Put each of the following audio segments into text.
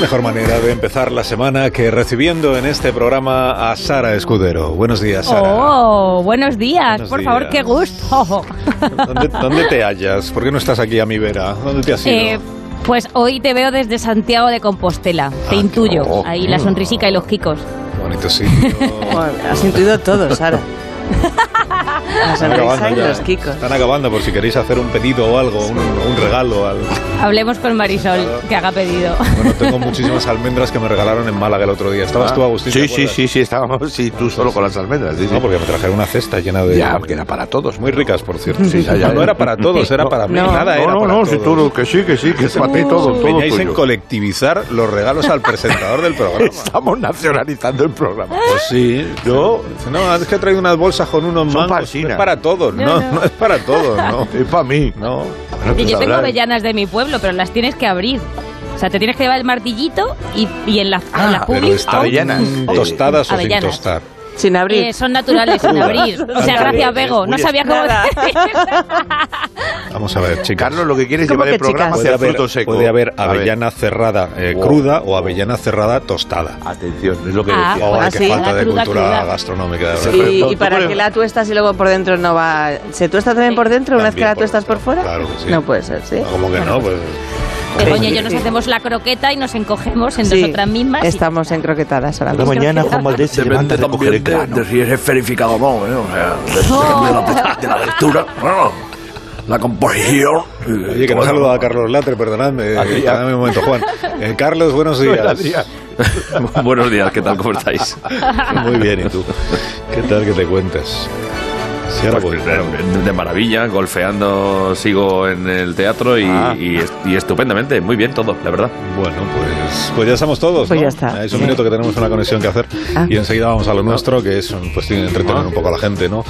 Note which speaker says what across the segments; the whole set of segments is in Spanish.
Speaker 1: mejor manera de empezar la semana que recibiendo en este programa a Sara Escudero. Buenos días, Sara.
Speaker 2: Oh, buenos días. Buenos por días. favor, qué gusto.
Speaker 1: ¿Dónde, ¿Dónde, te hallas? ¿Por qué no estás aquí a mi vera? ¿Dónde te has ido? Eh,
Speaker 2: pues hoy te veo desde Santiago de Compostela. Te ah, intuyo. Oh, Ahí la sonrisica y los quicos.
Speaker 1: Qué bonito sí.
Speaker 3: bueno, has intuido todo, Sara.
Speaker 1: Están acabando, ya, los Kikos. están acabando por si queréis hacer un pedido o algo, un, un regalo. Al...
Speaker 2: Hablemos con Marisol, que haga pedido.
Speaker 1: Bueno, tengo muchísimas almendras que me regalaron en Málaga el otro día. ¿Estabas ah, tú, Agustín?
Speaker 4: Sí, sí, sí, sí, estábamos, sí, tú solo con las almendras. Sí, sí.
Speaker 1: No, porque me trajeron una cesta llena de...
Speaker 4: Ya, que era para todos.
Speaker 1: Muy ricas, por cierto.
Speaker 4: pues,
Speaker 1: Sí, ya, ya, no, no era para todos, era para mí. No, Nada
Speaker 4: no,
Speaker 1: era
Speaker 4: no,
Speaker 1: para
Speaker 4: no,
Speaker 1: todos.
Speaker 4: Si tú, que sí, que sí, que es para ti todo, todo
Speaker 1: Peñáis tuyo. en colectivizar los regalos al presentador del programa.
Speaker 4: Estamos nacionalizando el programa.
Speaker 1: Pues sí. Yo... No, es que he traído unas bolsas con unos mangos. Es para todos, no, no, no, es para todos, no.
Speaker 4: es para mí,
Speaker 1: no.
Speaker 2: Bueno, y yo tengo avellanas de mi pueblo, pero las tienes que abrir. O sea, te tienes que llevar el martillito y, y en las ah, en la
Speaker 1: public, pero avellanas. Oh, tostadas avellanas. o sin tostar.
Speaker 3: Sin abrir.
Speaker 2: Eh, son naturales, sin abrir. O sea, gracias, Bego. No sabía cómo
Speaker 1: Vamos a ver, chicas.
Speaker 4: Carlos, lo que quieres llevar el programa
Speaker 1: puede haber, fruto seco. Puede haber avellana cerrada eh, wow. cruda o avellana cerrada tostada.
Speaker 4: Atención, es lo que
Speaker 2: ah,
Speaker 4: decía.
Speaker 2: Oh,
Speaker 1: ah,
Speaker 2: qué
Speaker 1: sí, falta de cruda, cultura cruda. gastronómica.
Speaker 3: Sí, y, ¿Y, para qué la tuestas y luego por dentro no va...? ¿Se tuesta también por dentro una vez que la tuestas por, fuera?
Speaker 1: Claro que sí.
Speaker 3: No puede ser, ¿sí?
Speaker 1: ¿Cómo que no? Pues...
Speaker 2: Begoña y yo nos hacemos la croqueta y nos encogemos en sí, nosotras mismas.
Speaker 3: Estamos encroquetadas ahora
Speaker 4: mismo. La mañana Juan Valdés se levanta a recoger el grano.
Speaker 5: De, de si es verificado o no, ¿eh? o sea, oh. de, de, la, de, la, lectura. La composición. eh,
Speaker 1: Oye, que no saludo a Carlos Latre, perdonadme. eh, Dame un momento, Juan. Eh, Carlos, buenos días.
Speaker 4: Buenos días.
Speaker 5: buenos días, ¿qué tal? ¿Cómo estáis?
Speaker 1: Muy bien, ¿y tú? ¿Qué tal que te cuentas?
Speaker 5: Sí, pues, de, de, maravilla, golfeando, sigo en el teatro y, ah. y, y, estupendamente, muy bien todo, la verdad.
Speaker 1: Bueno, pues, pues ya estamos todos.
Speaker 3: Pues
Speaker 1: ¿no?
Speaker 3: ya está.
Speaker 1: Es un sí. minuto que tenemos una conexión que hacer ah. y enseguida vamos a lo nuestro, que es pues, entretener un poco a la gente, ¿no?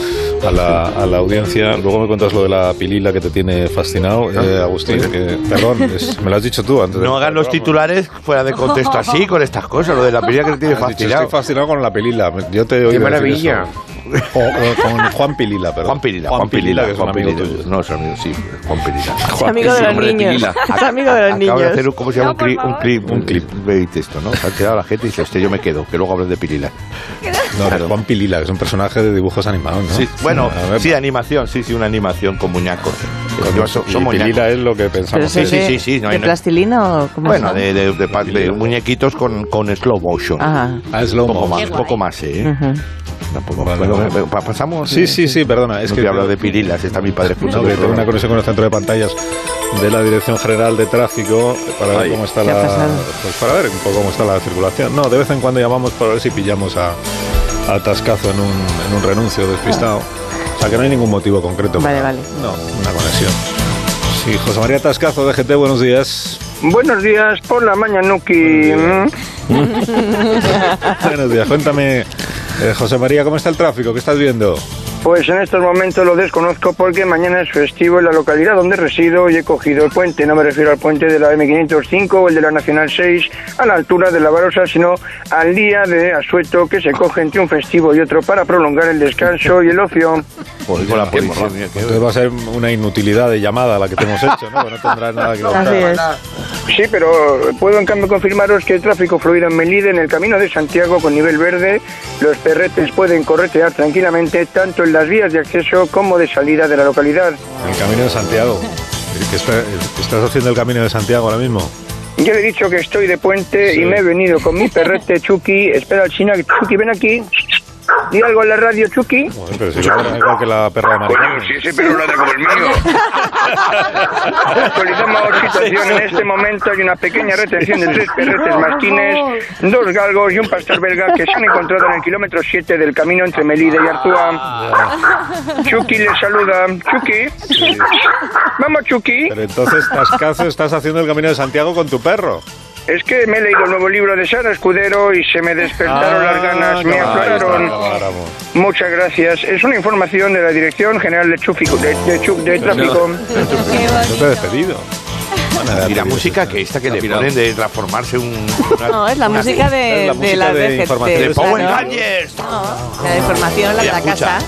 Speaker 1: A la, a la audiencia. Luego me cuentas lo de la pilila que te tiene fascinado, eh, Agustín. Que, perdón, es, me lo has dicho tú antes.
Speaker 4: No hagan los titulares fuera de contexto así, con estas cosas, lo de la pilila que te tiene fascinado.
Speaker 1: Dicho, estoy fascinado con la pilila. Yo te he
Speaker 4: Qué maravilla.
Speaker 1: O, o, con Juan Pilila, perdón.
Speaker 4: Oh, Juan Pilila, Juan, Juan Pilila, Pilila, que es Juan un amigo Pilila. tuyo.
Speaker 5: No, es amigo, sí, Juan Pilila.
Speaker 3: Es Este amigo de los niños. Es amigo de los niños.
Speaker 4: Acabo de hacer, un, ¿cómo se llama? No, un, cli, un, clip, un clip de texto, ¿no? Se ha quedado la gente y dice, hostia, yo me quedo, que luego hablas de Pilila.
Speaker 1: No, pero Juan Pilila, que es un personaje de dibujos animados, ¿no?
Speaker 4: Sí, bueno, sí, animación, sí, sí, una animación con muñecos.
Speaker 1: Son, son y Pilila es lo que pensamos.
Speaker 4: Sí, sí, sí, sí.
Speaker 3: No, ¿De no, plastilina o cómo
Speaker 4: Bueno, de, de, de, de, muñequitos con, con slow motion.
Speaker 3: Ajá.
Speaker 4: Ah, slow poco motion. Más, poco más, ¿eh? Tampoco. Vale, vale, vale. pasamos.
Speaker 1: Sí, sí, sí, perdona. Es
Speaker 4: no
Speaker 1: que
Speaker 4: hablar de pirilas, está mi padre
Speaker 1: no, que tengo una conexión con el centro de pantallas de la Dirección General de Tráfico para Ay, ver cómo está la. Pues para ver un poco cómo está la circulación. No, de vez en cuando llamamos para ver si pillamos a, a Tascazo en un, en un renuncio despistado. O sea que no hay ningún motivo concreto.
Speaker 3: Vale, para, vale.
Speaker 1: No, una conexión. Sí, José María Tascazo, de GT, buenos días.
Speaker 6: Buenos días por la Mm. mañana, Nuki.
Speaker 1: buenos días, cuéntame. Eh, José María, ¿cómo está el tráfico? ¿Qué estás viendo?
Speaker 6: Pues en estos momentos lo desconozco porque mañana es festivo en la localidad donde resido y he cogido el puente. No me refiero al puente de la M505 o el de la Nacional 6 a la altura de la Barosa, sino al día de asueto que se coge entre un festivo y otro para prolongar el descanso y el ocio.
Speaker 1: Pues con la policía, Entonces va a ser una inutilidad de llamada la que te hemos hecho, ¿no? No tendrá nada que contar.
Speaker 6: Sí, pero puedo en cambio confirmaros que el tráfico fluirá en Melide, en el camino de Santiago con nivel verde. Los perretes pueden corretear tranquilamente tanto en las vías de acceso como de salida de la localidad.
Speaker 1: El camino de Santiago. ¿Qué está, ¿Estás haciendo el camino de Santiago ahora mismo?
Speaker 6: Yo le he dicho que estoy de puente sí. y me he venido con mi perrete Chucky. Espera al chino, Chucky, ven aquí. Di algo en la radio, Chucky.
Speaker 1: Bueno, pero si igual que la perra de María.
Speaker 6: Coño, si ese perro ladra como el mío. Actualizamos la situación. En este momento hay una pequeña retención de tres perretes martínez, dos galgos y un pastor belga que se han encontrado en el kilómetro 7 del camino entre Melide y
Speaker 7: Ah.
Speaker 6: Artúa. Chucky les saluda. Chucky. Vamos, Chucky.
Speaker 1: Pero entonces, Tascazo, estás haciendo el camino de Santiago con tu perro.
Speaker 6: Es que me he leído el nuevo libro de Sara Escudero y se me despertaron
Speaker 1: Ah,
Speaker 6: las ganas, me
Speaker 1: claro,
Speaker 6: afloraron.
Speaker 1: claro, claro.
Speaker 6: Muchas gracias. Es una información de la Dirección General de, Chufico- de, de Chu- de Tráfico.
Speaker 7: Ah,
Speaker 6: Ah,
Speaker 1: No te he despedido.
Speaker 4: Y la música que esta que le
Speaker 5: Mira.
Speaker 4: ponen de transformarse un... una-
Speaker 3: No, es la
Speaker 4: una-
Speaker 3: música de,
Speaker 1: Es la música
Speaker 3: la
Speaker 1: de
Speaker 3: DGT,
Speaker 1: información.
Speaker 4: De
Speaker 1: Power
Speaker 3: claro.
Speaker 1: Rangers.
Speaker 4: Rangers.
Speaker 3: No, La de formación, la de la
Speaker 4: Escucha.
Speaker 3: casa.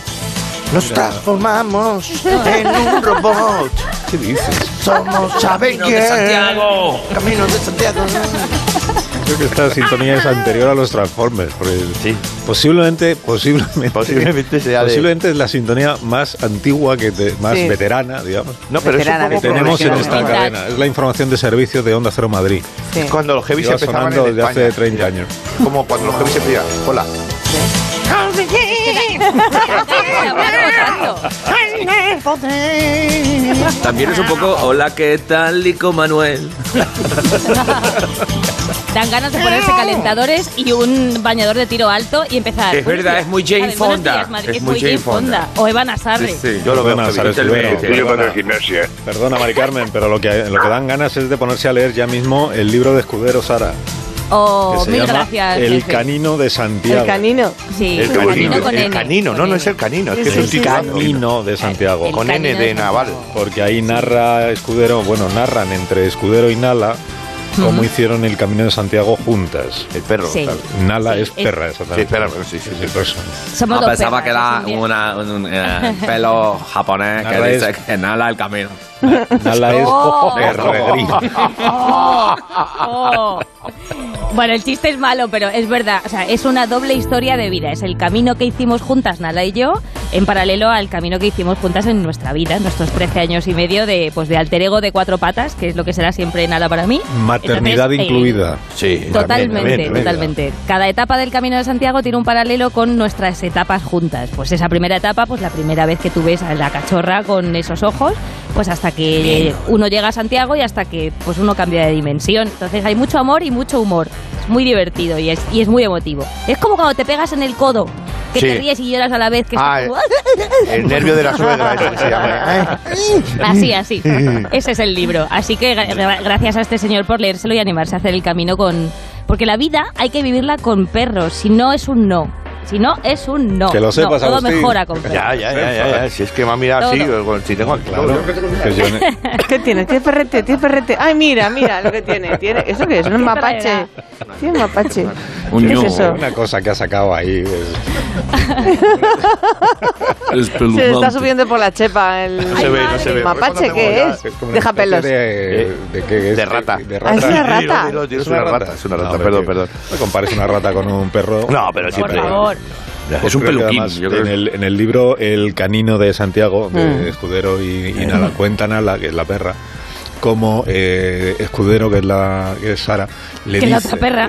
Speaker 4: Nos transformamos en un robot.
Speaker 1: ¿Qué dices?
Speaker 4: Somos Avengers. Santiago. Camino de Santiago.
Speaker 1: Creo que esta sintonía es anterior a los Transformers. porque
Speaker 4: Sí.
Speaker 1: Posiblemente, posiblemente,
Speaker 4: Posiblemente sea de-
Speaker 1: posiblemente es la sintonía más antigua, que te- más
Speaker 3: Sí.
Speaker 1: veterana, digamos,
Speaker 4: No, pero eso
Speaker 3: Veterana,
Speaker 4: es
Speaker 1: que
Speaker 4: un poco
Speaker 1: tenemos en esta
Speaker 3: profesional,
Speaker 2: ¿no?
Speaker 1: cadena. Es la información de servicio de Onda Cero Madrid.
Speaker 3: Sí.
Speaker 4: Cuando los heavy se
Speaker 1: Lleva
Speaker 4: empezaban
Speaker 1: sonando
Speaker 4: en
Speaker 1: desde hace
Speaker 4: España.
Speaker 1: 30 años.
Speaker 4: Como cuando los heavy se empezaban. Hola.
Speaker 5: También es un poco, hola, ¿qué tal, Lico Manuel?
Speaker 2: Dan ganas de ponerse calentadores y un bañador de tiro alto y empezar.
Speaker 5: Es
Speaker 2: "Buenos
Speaker 5: verdad,
Speaker 2: días,
Speaker 5: es muy Jane
Speaker 2: Madrid, buenos
Speaker 5: Fonda".
Speaker 2: días, Madrid".
Speaker 5: Es
Speaker 2: Es
Speaker 5: muy
Speaker 2: muy
Speaker 5: Jane
Speaker 2: Jane Fonda. O Evan Asarre.
Speaker 1: Yo lo veo
Speaker 4: Bueno,
Speaker 1: heavy.
Speaker 4: Sara Escudero.
Speaker 5: Sí, yo
Speaker 1: Perdona. Perdona, Mari Carmen, pero lo que, lo que dan ganas es de ponerse a leer ya mismo el libro de Escudero Sara,
Speaker 3: Oh,
Speaker 1: que
Speaker 2: O
Speaker 1: se
Speaker 2: mil
Speaker 1: llama
Speaker 2: gracias.
Speaker 1: El
Speaker 2: jefe.
Speaker 1: Canino de Santiago.
Speaker 3: El canino.
Speaker 2: Sí,
Speaker 4: El
Speaker 2: canino
Speaker 4: canino.
Speaker 2: con
Speaker 4: El
Speaker 2: N,
Speaker 4: canino.
Speaker 2: con
Speaker 4: No, no
Speaker 2: N.
Speaker 4: es el canino. Es
Speaker 3: Sí,
Speaker 4: que es
Speaker 3: sí,
Speaker 4: un
Speaker 3: sí.
Speaker 4: titán.
Speaker 1: Canino de Santiago.
Speaker 2: El
Speaker 4: Con N
Speaker 2: canino
Speaker 4: de
Speaker 2: de
Speaker 4: Naval.
Speaker 2: Santiago.
Speaker 1: porque ahí narra Escudero, bueno, narran entre Escudero y Nala cómo hicieron el Camino de Santiago juntas.
Speaker 4: El perro.
Speaker 2: Sí.
Speaker 4: ¿sabes?
Speaker 1: Nala
Speaker 2: Sí,
Speaker 1: es
Speaker 2: es-
Speaker 1: perra,
Speaker 4: Sí,
Speaker 1: exactamente.
Speaker 4: espera, sí, sí, sí.
Speaker 1: Sí, pues,
Speaker 5: No,
Speaker 2: Somos dos
Speaker 5: Ah, pensaba que
Speaker 2: perras,
Speaker 5: era
Speaker 2: es un día.
Speaker 5: una, un, un, eh, pelo japonés que
Speaker 1: Nada es-
Speaker 5: dice que nada el camino.
Speaker 1: Nala es
Speaker 2: Oh.
Speaker 1: perro de grima.
Speaker 2: Oh. Bueno, el chiste es malo, pero es verdad. O sea, es una doble historia de vida. Es el camino que hicimos juntas, Nala y yo, en paralelo al camino que hicimos juntas en nuestra vida, en nuestros 13 años y medio de, pues, de alter ego de cuatro patas, que es lo que será siempre Nala para mí.
Speaker 1: Maternidad
Speaker 2: Entonces, eh,
Speaker 1: incluida.
Speaker 4: Sí, también,
Speaker 2: Totalmente,
Speaker 4: también, también.
Speaker 2: totalmente. Cada etapa del Camino de Santiago tiene un paralelo con nuestras etapas juntas. Pues esa primera etapa, pues la primera vez que tú ves a la cachorra con esos ojos, pues hasta que uno llega a Santiago y hasta que pues uno cambia de dimensión. Entonces hay mucho amor y mucho humor. Es muy divertido y es, y es muy emotivo. Es como cuando te pegas en el codo, que
Speaker 4: Sí.
Speaker 2: te ríes y lloras a la vez. Que
Speaker 4: Ah,
Speaker 2: estás como-
Speaker 4: El nervio de la suegra, ese que se llama. ¿eh?
Speaker 2: Así, así. Ese es el libro. Así que gra- gra- gracias a este señor por leérselo y animarse a hacer el camino con... Porque la vida hay que vivirla con perros. Si no, es un no. Si no, es un no.
Speaker 1: Que lo
Speaker 2: No,
Speaker 1: sepas,
Speaker 2: Todo
Speaker 1: Agustín.
Speaker 2: mejor mejora con perros.
Speaker 4: Ya, ya, ya, ya, ya. Si es que me ha mirado así,
Speaker 2: Todo.
Speaker 4: con- si tengo
Speaker 1: Claro. Que yo ne-
Speaker 3: ¿Qué tiene? Tiene perrete, tiene perrete. Ay, mira, mira lo que tiene. tiene ¿Eso qué es? Un mapache. Tiene un mapache.
Speaker 5: Un
Speaker 3: ¿Qué es
Speaker 5: ñu.
Speaker 3: eso?
Speaker 1: una cosa que ha sacado ahí. es-
Speaker 3: Se le está subiendo por la chepa el
Speaker 4: No se ve, no se ve.
Speaker 3: mapache.
Speaker 1: Pues
Speaker 4: Cuando tengo
Speaker 3: ¿Qué
Speaker 4: ya-
Speaker 3: es?
Speaker 1: es como una
Speaker 3: Deja
Speaker 1: especie
Speaker 3: pelos.
Speaker 1: De, de qué es?
Speaker 4: De rata.
Speaker 1: De
Speaker 3: Ah, es una
Speaker 1: rata.
Speaker 3: rata.
Speaker 4: Dilo, dilo, dilo, Es una rata, es una rata,
Speaker 1: No,
Speaker 4: perdón,
Speaker 1: hombre,
Speaker 4: perdón.
Speaker 1: No compares una rata con un perro.
Speaker 4: No, pero sí,
Speaker 2: Por
Speaker 4: pero-
Speaker 2: favor.
Speaker 5: Es un
Speaker 1: Creo que
Speaker 5: peluquín,
Speaker 1: además
Speaker 5: yo creo.
Speaker 1: En, el, en el libro El canino de Santiago, de Escudero y,
Speaker 4: Mm.
Speaker 1: y Nala, cuenta Nala, que es la perra, como eh, Escudero, que es, la, que es Sara, le
Speaker 2: Que es
Speaker 1: dice...
Speaker 2: la otra perra.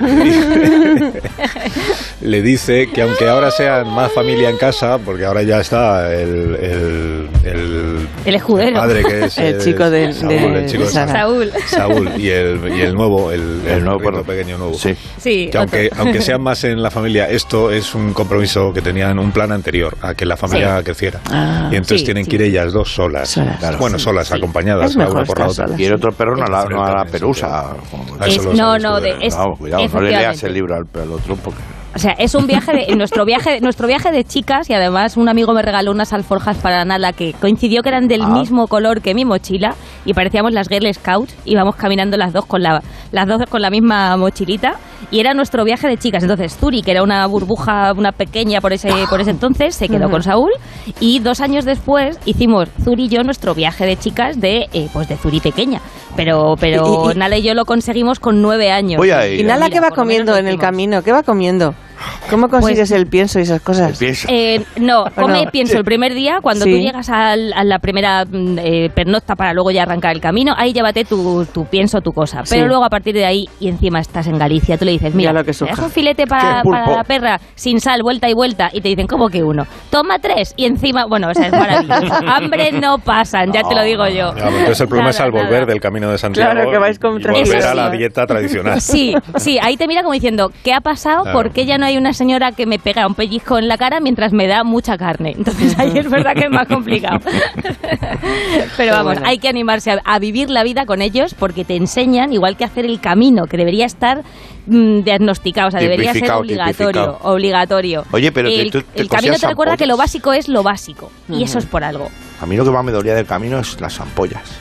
Speaker 1: le dice que aunque ahora sean más familia en casa, porque ahora ya está el... El, el,
Speaker 2: El escudero.
Speaker 1: padre que es...
Speaker 3: El
Speaker 1: eh,
Speaker 3: chico de-
Speaker 1: Saúl,
Speaker 3: de-
Speaker 1: el chico de
Speaker 3: Sara.
Speaker 2: Saúl.
Speaker 1: Saúl y el, y el nuevo, el,
Speaker 4: El nuevo, bueno.
Speaker 1: perrito pequeño nuevo.
Speaker 4: Sí.
Speaker 2: Sí,
Speaker 1: Que aunque,
Speaker 2: otro.
Speaker 1: aunque sean más en la familia, esto es un compromiso que tenían un plan anterior a que la familia creciera.
Speaker 3: Ah,
Speaker 1: y entonces
Speaker 2: sí,
Speaker 1: tienen
Speaker 2: sí.
Speaker 1: que ir ellas dos solas.
Speaker 3: Solas.
Speaker 1: Claro. Bueno,
Speaker 2: Sí,
Speaker 1: solas,
Speaker 2: sí.
Speaker 1: acompañadas,
Speaker 3: Es
Speaker 1: la
Speaker 3: mejor
Speaker 1: una por la
Speaker 3: estar
Speaker 1: otra.
Speaker 4: Y el otro perro no a la, no a la perusa.
Speaker 1: Ah, eso
Speaker 2: Es-
Speaker 1: lo
Speaker 2: no,
Speaker 1: sabes
Speaker 2: no,
Speaker 1: tú,
Speaker 2: de,
Speaker 1: ¿verdad?
Speaker 2: es,
Speaker 4: No, cuidado, no le leas
Speaker 2: efectivamente.
Speaker 4: el libro al, al otro porque...
Speaker 2: O sea, es un viaje de, en nuestro viaje, nuestro viaje de chicas y además un amigo me regaló unas alforjas para Nala que coincidió que eran del
Speaker 4: Ah.
Speaker 2: mismo color que mi mochila y parecíamos las Girl Scouts íbamos caminando las dos con la las dos con la misma mochilita y era nuestro viaje de chicas. Entonces Turi, que era una burbuja, una pequeña por ese por ese entonces, se quedó con Saúl y dos años después hicimos Zuri y yo nuestro viaje de chicas de eh, pues de Zuri pequeña, pero pero
Speaker 3: Y- y- y-
Speaker 2: Nala y yo lo conseguimos con nueve años.
Speaker 4: Voy a ir.
Speaker 3: ¿Y Nala qué va
Speaker 2: Por lo menos
Speaker 3: comiendo
Speaker 2: lo
Speaker 3: en el
Speaker 2: hicimos.
Speaker 3: camino? ¿Qué va comiendo? ¿Cómo consigues el pienso y esas cosas?
Speaker 4: Empieza.
Speaker 2: Eh, no, come,
Speaker 3: Ah, no.
Speaker 2: pienso, el primer día, cuando
Speaker 3: Sí.
Speaker 2: tú llegas al- a la primera mm, eh, pernocta para luego ya arrancar el camino, ahí llévate tu, tu pienso, tu cosa. Pero
Speaker 3: Sí.
Speaker 2: luego a partir de ahí, y encima estás en Galicia, tú le dices, mira,
Speaker 3: Mira lo que
Speaker 2: ¿me das
Speaker 3: surja.
Speaker 2: un filete para,
Speaker 4: ¡Qué
Speaker 2: para
Speaker 4: pulpo!
Speaker 2: la perra, sin sal, vuelta y vuelta, y te dicen, ¿cómo que uno? Toma tres, y encima, bueno, o sea, es maravilloso. Hambre no pasan, ya te lo digo yo.
Speaker 1: Ya, pero entonces el problema es
Speaker 2: Nada,
Speaker 1: al volver
Speaker 2: nada.
Speaker 1: del camino de Santiago.
Speaker 3: Claro, que vais con
Speaker 1: y volver
Speaker 2: tranquilidad.
Speaker 1: a la dieta tradicional.
Speaker 2: Sí, sí, ahí te mira como diciendo, ¿qué ha pasado?
Speaker 1: Claro.
Speaker 2: ¿Por qué ya no hay hay una señora que me pega un pellizco en la cara mientras me da mucha carne. Entonces ahí es verdad que es más complicado. Pero vamos, hay que animarse a, a vivir la vida con ellos porque te enseñan, igual que hacer el camino, que debería estar mm, diagnosticado, o sea, debería ser
Speaker 4: Tipificado,
Speaker 2: obligatorio.
Speaker 4: tipificado.
Speaker 2: Obligatorio.
Speaker 4: Oye, pero te-
Speaker 2: el,
Speaker 4: tú te
Speaker 2: el camino
Speaker 4: cosías
Speaker 2: te recuerda que lo
Speaker 4: ampollas.
Speaker 2: básico es lo básico. Y eso es por algo.
Speaker 4: A mí lo que más me dolía del camino es las ampollas.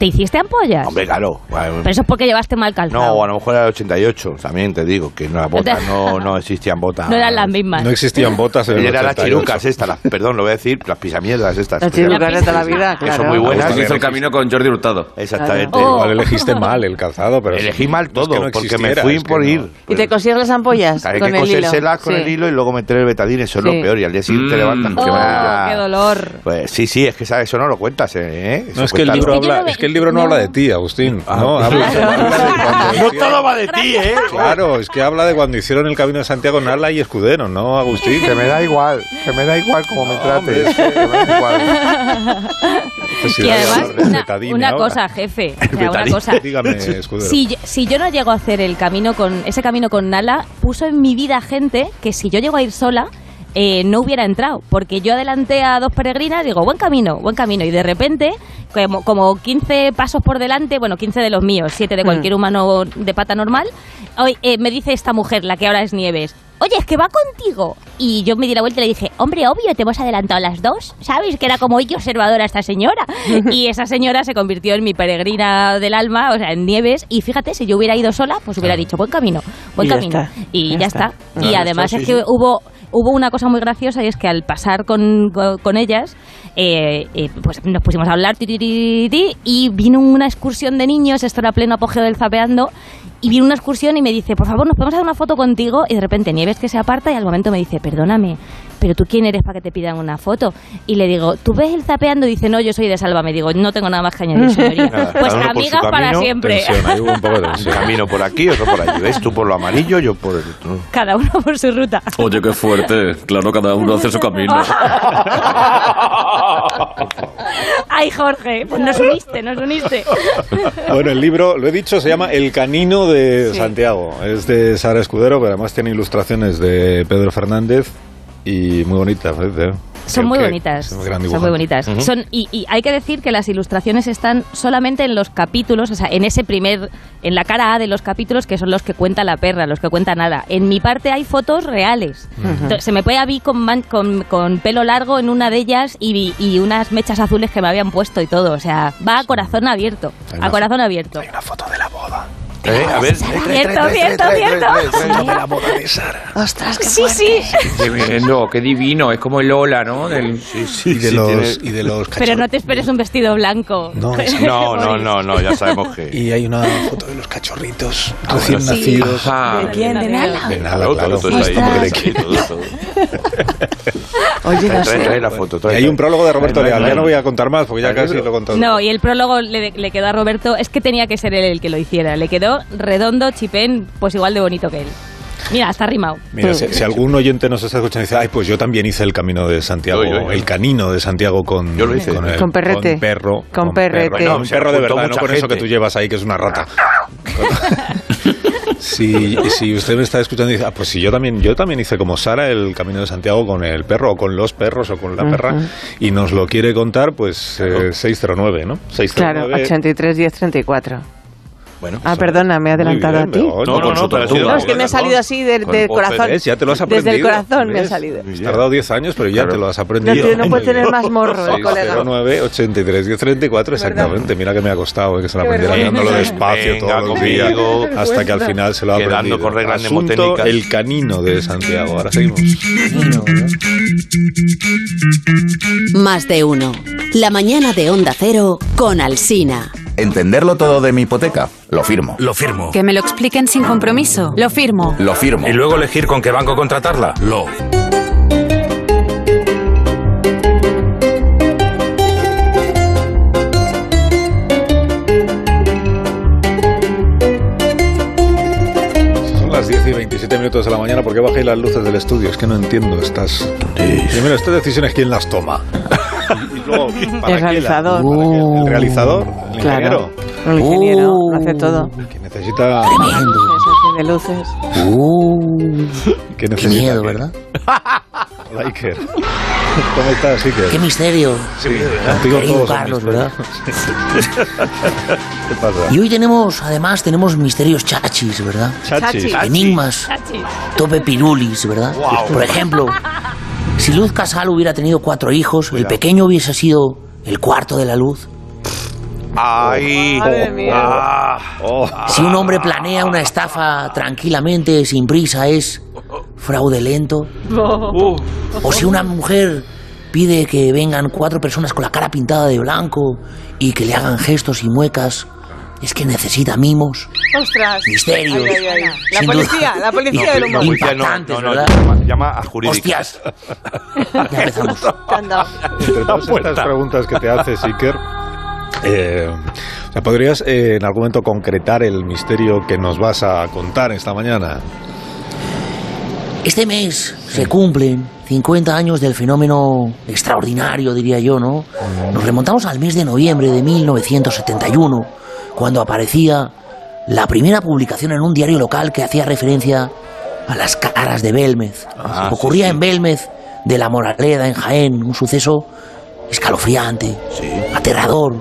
Speaker 2: ¿Te hiciste ampollas?
Speaker 4: Hombre, claro. eh,
Speaker 2: Pero eso es porque llevaste mal calzado.
Speaker 4: No, o a lo mejor era el 88, también te digo, que no, las botas, no, no existían botas.
Speaker 2: No eran las mismas.
Speaker 1: No existían botas en el
Speaker 4: Y eran las
Speaker 1: 88.
Speaker 4: chirucas estas, las- perdón, lo voy a decir, las pisamierdas estas.
Speaker 3: Las
Speaker 4: que eran-
Speaker 3: chirucas de toda la vida,
Speaker 4: que son
Speaker 3: claro.
Speaker 4: muy buenas.
Speaker 5: Usted hizo el camino con Jordi Hurtado.
Speaker 4: Exactamente.
Speaker 2: Oh.
Speaker 1: Igual elegiste mal el calzado, pero...
Speaker 4: Elegí mal
Speaker 1: no es
Speaker 4: todo,
Speaker 1: que no
Speaker 4: porque me
Speaker 1: existiera,
Speaker 4: fui
Speaker 1: es que
Speaker 4: por
Speaker 1: no.
Speaker 4: ir.
Speaker 3: ¿Y te cosías las ampollas
Speaker 4: Hay
Speaker 3: con
Speaker 4: que
Speaker 3: el hilo?
Speaker 4: cosérselas con
Speaker 3: Sí.
Speaker 4: el hilo y luego meter el betadine, eso es
Speaker 3: Sí.
Speaker 4: lo peor. Y al día siguiente te
Speaker 5: Mm.
Speaker 4: levantas.
Speaker 2: Oh,
Speaker 4: qué maravilla.
Speaker 2: qué dolor.
Speaker 4: Pues sí, sí, es que ¿sabes? eso no lo cuentas, ¿eh? Eso
Speaker 1: No, es que el
Speaker 4: cuéntalo.
Speaker 1: libro,
Speaker 2: Es que yo
Speaker 1: habla,
Speaker 2: no me- Ah.
Speaker 1: es que el libro no,
Speaker 2: no.
Speaker 1: habla de ti, Agustín.
Speaker 4: Ah,
Speaker 1: no, habla, habla de
Speaker 4: No
Speaker 1: cuando-
Speaker 4: todo va de ti, ¿eh?
Speaker 1: Claro, es que habla de cuando hicieron el camino de Santiago Nala y Escudero, ¿no, Agustín?
Speaker 4: Que me da igual, que me da igual como me
Speaker 1: hombre,
Speaker 4: trates. que me da igual.
Speaker 1: Sí,
Speaker 2: Y
Speaker 1: habla
Speaker 2: además,
Speaker 1: del
Speaker 2: una,
Speaker 1: betadine
Speaker 2: una
Speaker 1: ahora.
Speaker 2: cosa, jefe. O sea, una
Speaker 4: betadine.
Speaker 2: cosa.
Speaker 1: Dígame, Escudero.
Speaker 2: Si, yo- si yo no llego a hacer el camino con ese camino con Nala, puso en mi vida gente que si yo llego a ir sola eh, no hubiera entrado, porque yo adelanté a dos peregrinas, digo, buen camino, buen camino, y de repente, como, como 15 pasos por delante, bueno, 15 de los míos, 7 de cualquier humano de pata normal, hoy, eh, me dice esta mujer, la que ahora es Nieves, oye, es que va contigo. Y yo me di la vuelta y le dije, hombre, obvio, te hemos adelantado a las dos, ¿sabes? Que era como hoy observadora esta señora. Y esa señora se convirtió en mi peregrina del alma, o sea, en Nieves. Y fíjate, si yo hubiera ido sola, pues hubiera dicho, buen camino, buen
Speaker 3: Y ya
Speaker 2: camino.
Speaker 3: está.
Speaker 2: Y ya,
Speaker 3: Ya
Speaker 2: está.
Speaker 3: está.
Speaker 2: Y
Speaker 4: Ya
Speaker 2: además
Speaker 4: está,
Speaker 2: es
Speaker 4: sí,
Speaker 2: que
Speaker 4: sí.
Speaker 2: hubo hubo una cosa muy graciosa y es que al pasar con, con- con ellas, eh, eh, pues nos pusimos a hablar ti, ti, ti, ti, ti, y vino una excursión de niños, esto era pleno apogeo del zapeando, y vino una excursión y me dice, por favor, nos podemos hacer una foto contigo, y de repente Nieves que se aparta y al momento me dice, perdóname, pero tú quién eres para que te pidan una foto. Y le digo, ¿tú ves el zapeando? Y dice, no, yo soy de Salva. Me digo, no tengo nada más que añadir, señoría.
Speaker 4: Nada, cada
Speaker 2: pues
Speaker 4: uno por su
Speaker 2: amigas para
Speaker 4: camino,
Speaker 2: siempre.
Speaker 1: Tensión, ahí hubo un poco de tensión.
Speaker 4: Camino por aquí, otro por allí. ¿Ves? Tú por lo amarillo, yo por el otro.
Speaker 2: Cada uno por su ruta.
Speaker 5: Oye, qué fuerte. Claro, cada uno hace su camino.
Speaker 2: Ay, Jorge, pues nos uniste, nos uniste.
Speaker 1: Bueno, el libro, lo he dicho, se llama El Canino de Santiago. Es de Sara Escudero, pero además tiene ilustraciones de Pedro Fernández y muy bonitas. ¿eh?
Speaker 2: Son
Speaker 1: Creo
Speaker 2: muy
Speaker 1: que
Speaker 2: bonitas.
Speaker 1: es un gran
Speaker 2: Son muy
Speaker 1: dibujante.
Speaker 2: bonitas. Son y, y hay que decir que las ilustraciones están solamente en los capítulos, o sea, en ese primer, en la cara A de los capítulos que son los que cuenta la perra, los que cuenta nada. En mi parte hay fotos reales. Entonces, se me puede a mí con, man- con, con pelo largo en una de ellas y, y unas mechas azules que me habían puesto y todo. O sea, va a corazón abierto,
Speaker 1: Hay
Speaker 2: a
Speaker 1: una-
Speaker 2: corazón abierto.
Speaker 1: Una foto de la boda.
Speaker 4: Eh, A ver,
Speaker 2: Cierto, cierto, cierto.
Speaker 1: De la boda de Sara.
Speaker 3: Ostras, qué
Speaker 2: Sí, sí.
Speaker 8: Qué lindo, qué divino, es como el Ola, ¿no? Del-
Speaker 1: Y de
Speaker 4: sí,
Speaker 1: los,
Speaker 4: tiene-
Speaker 1: y de los
Speaker 2: Pero no te esperes un vestido blanco.
Speaker 1: No, es-
Speaker 4: No, no, no, no, ya sabemos que.
Speaker 1: Y hay una foto de los cachorritos
Speaker 4: Ah,
Speaker 1: recién
Speaker 2: sí.
Speaker 1: nacidos.
Speaker 8: Ajá.
Speaker 2: ¿De nada?
Speaker 1: De nada,
Speaker 4: Claro,
Speaker 1: claro.
Speaker 4: todo, todo está ahí,
Speaker 1: Hombre,
Speaker 4: sí,
Speaker 1: que-
Speaker 4: todo, todo.
Speaker 3: Oye, no
Speaker 4: Trae, trae,
Speaker 3: sé.
Speaker 4: trae la foto.
Speaker 1: Y
Speaker 4: trae,
Speaker 1: hay
Speaker 4: trae.
Speaker 1: un prólogo de Roberto
Speaker 4: Trae,
Speaker 1: Leal.
Speaker 4: trae.
Speaker 1: Ya no voy a contar más porque ya casi lo he contado.
Speaker 2: No, y el prólogo le, le quedó a Roberto, es que tenía que ser él el que lo hiciera. Le quedó redondo, chipén, pues igual de bonito que él. Mira, está rimado.
Speaker 3: Pues
Speaker 1: Mira, si, si algún oyente nos está escuchando y dice, ay, pues yo también hice el camino de Santiago,
Speaker 4: Yo, yo, yo.
Speaker 1: el canino de Santiago con,
Speaker 4: Yo lo hice.
Speaker 1: el-
Speaker 3: Con perrete.
Speaker 1: Con perro.
Speaker 3: Con perrete.
Speaker 1: Perro, no, un
Speaker 4: Se
Speaker 1: perro de
Speaker 4: apuntó
Speaker 1: verdad, no
Speaker 4: mucha
Speaker 1: con eso que
Speaker 4: gente.
Speaker 1: tú llevas ahí, que es una rata. si, si usted me está escuchando y dice, ah, pues si yo también, yo también hice como Sara el camino de Santiago con el perro, o con los perros, o con la perra, y nos lo quiere contar, pues eh, 609, ¿no? 609.
Speaker 3: Claro, 83, 10, 34.
Speaker 4: Bueno,
Speaker 3: Ah, perdona, me he adelantado a
Speaker 1: Muy bien,
Speaker 3: ti.
Speaker 1: Begoña,
Speaker 4: No, no,
Speaker 1: con
Speaker 4: no,
Speaker 1: su
Speaker 4: te lo has
Speaker 1: tortuga.
Speaker 4: ido
Speaker 3: No, es que me ha salido así del, del
Speaker 4: Con- con
Speaker 3: corazón.
Speaker 1: ¿Ves? Ya te lo has aprendido.
Speaker 3: Desde el corazón me ha
Speaker 1: ¿Ves?
Speaker 3: salido.
Speaker 1: Has tardado 10 años, pero ya
Speaker 4: Claro.
Speaker 1: te lo has aprendido.
Speaker 3: No, tío, no
Speaker 1: Muy
Speaker 3: puede
Speaker 1: bien.
Speaker 3: tener más morro, eh, colega.
Speaker 1: 609 83 1034 exactamente. Mira que me ha costado eh, que se lo aprendiera
Speaker 4: vergüenza.
Speaker 1: dándolo despacio
Speaker 4: Venga,
Speaker 1: todo el día
Speaker 4: conmigo.
Speaker 1: hasta que al final se lo ha
Speaker 4: Quedando
Speaker 1: aprendido.
Speaker 4: con reglas
Speaker 1: Asunto,
Speaker 4: mnemotécnicas.
Speaker 1: el canino de Santiago. Ahora seguimos.
Speaker 9: Más de uno. La mañana de Onda Cero con Alsina.
Speaker 10: Entenderlo todo de mi hipoteca. Lo firmo.
Speaker 11: Lo firmo.
Speaker 12: Que me lo expliquen sin compromiso. Lo firmo.
Speaker 10: Lo firmo.
Speaker 11: Y luego elegir con qué banco contratarla. Lo.
Speaker 1: Son las 10 y 27 minutos de la mañana. ¿Por qué bajáis las luces del estudio? Es que no entiendo estas. Primero, estas decisiones, ¿quién las toma? Y luego, ¿para
Speaker 3: El
Speaker 1: qué las-
Speaker 3: realizador.
Speaker 1: para qué? ¿El realizador? ¿El ingeniero?
Speaker 3: Claro. El ingeniero hace todo.
Speaker 1: Que necesita.
Speaker 3: Sí, sí, sí, de luces.
Speaker 1: Uh, ¿Qué,
Speaker 13: miedo, ¿verdad?
Speaker 1: Hola, Iker. ¿Cómo estás, Iker?
Speaker 13: Qué misterio.
Speaker 1: Sí, contigo
Speaker 13: Querido
Speaker 1: todos son
Speaker 13: Carlos,
Speaker 1: misterios. ¿Qué pasa?
Speaker 13: Y hoy tenemos, además, tenemos misterios chachis, ¿verdad?
Speaker 1: Chachis. Chachis.
Speaker 13: Enigmas. Tope pirulis, ¿verdad?
Speaker 1: Guau.
Speaker 13: Por ejemplo, si Luz Casal hubiera tenido cuatro hijos, el pequeño hubiese sido el cuarto de la luz.
Speaker 4: Ay,
Speaker 13: Madre mía.
Speaker 4: Ah, oh.
Speaker 13: Si un hombre planea una estafa tranquilamente, sin prisa, es
Speaker 1: Ah.
Speaker 13: fraudulento.
Speaker 2: Oh.
Speaker 1: Uh.
Speaker 13: O si una mujer pide que vengan cuatro personas con la cara pintada de blanco y que le hagan gestos y muecas, es que necesita mimos.
Speaker 3: Ostras.
Speaker 13: Misterios.
Speaker 3: Ay, ay, ay. La
Speaker 13: Sin duda.
Speaker 3: policía, la policía
Speaker 13: No,
Speaker 3: del
Speaker 13: la
Speaker 3: humor.
Speaker 13: policía no,
Speaker 4: Impactantes,
Speaker 13: no, no,
Speaker 4: ¿verdad?
Speaker 13: llama-
Speaker 4: Llama a jurídicas.
Speaker 13: Ya empezamos.
Speaker 3: Te han dado.
Speaker 1: Entre todas estas preguntas que te haces, Iker, eh, o sea, ¿podrías eh, en algún momento concretar el misterio que nos vas a contar esta mañana?
Speaker 13: Este mes se cumplen 50 años del fenómeno extraordinario, diría yo, ¿no? Nos remontamos al mes de noviembre de 1971, cuando aparecía la primera publicación en un diario local que hacía referencia a las caras de Belmez.
Speaker 14: Ah,
Speaker 13: Ocurría en Belmez de la Moraleda, en Jaén, un suceso escalofriante, aterrador,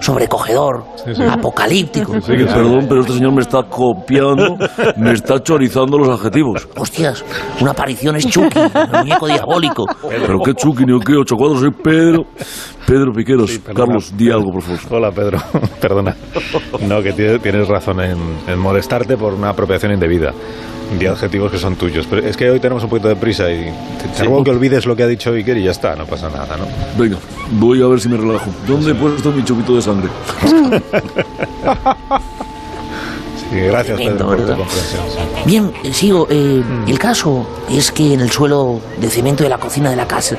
Speaker 13: sobrecogedor, apocalíptico.
Speaker 14: Perdón, pero este señor me está copiando, me está chorizando los adjetivos.
Speaker 13: Hostias, una aparición es Chucky, el muñeco diabólico.
Speaker 14: Pero qué Chucky, ni qué ocho cuadros, soy Pedro. Pedro Piqueros, Carlos, di algo, por favor.
Speaker 1: Hola, Pedro. Perdona. No, que tie- tienes razón en, en molestarte por una apropiación indebida de adjetivos que son tuyos. Pero es que hoy tenemos un poquito de prisa y te, te ruego que olvides lo que ha dicho Iker y ya está, no pasa nada, ¿no?
Speaker 14: Venga, voy a ver si me relajo. ¿Dónde he puesto mi chupito de sangre?
Speaker 1: Sí, gracias, Pedro, por tu
Speaker 13: ¿verdad?
Speaker 1: comprensión.
Speaker 13: Bien, eh, sigo. eh, El caso es que en el suelo de cemento de la cocina de la casa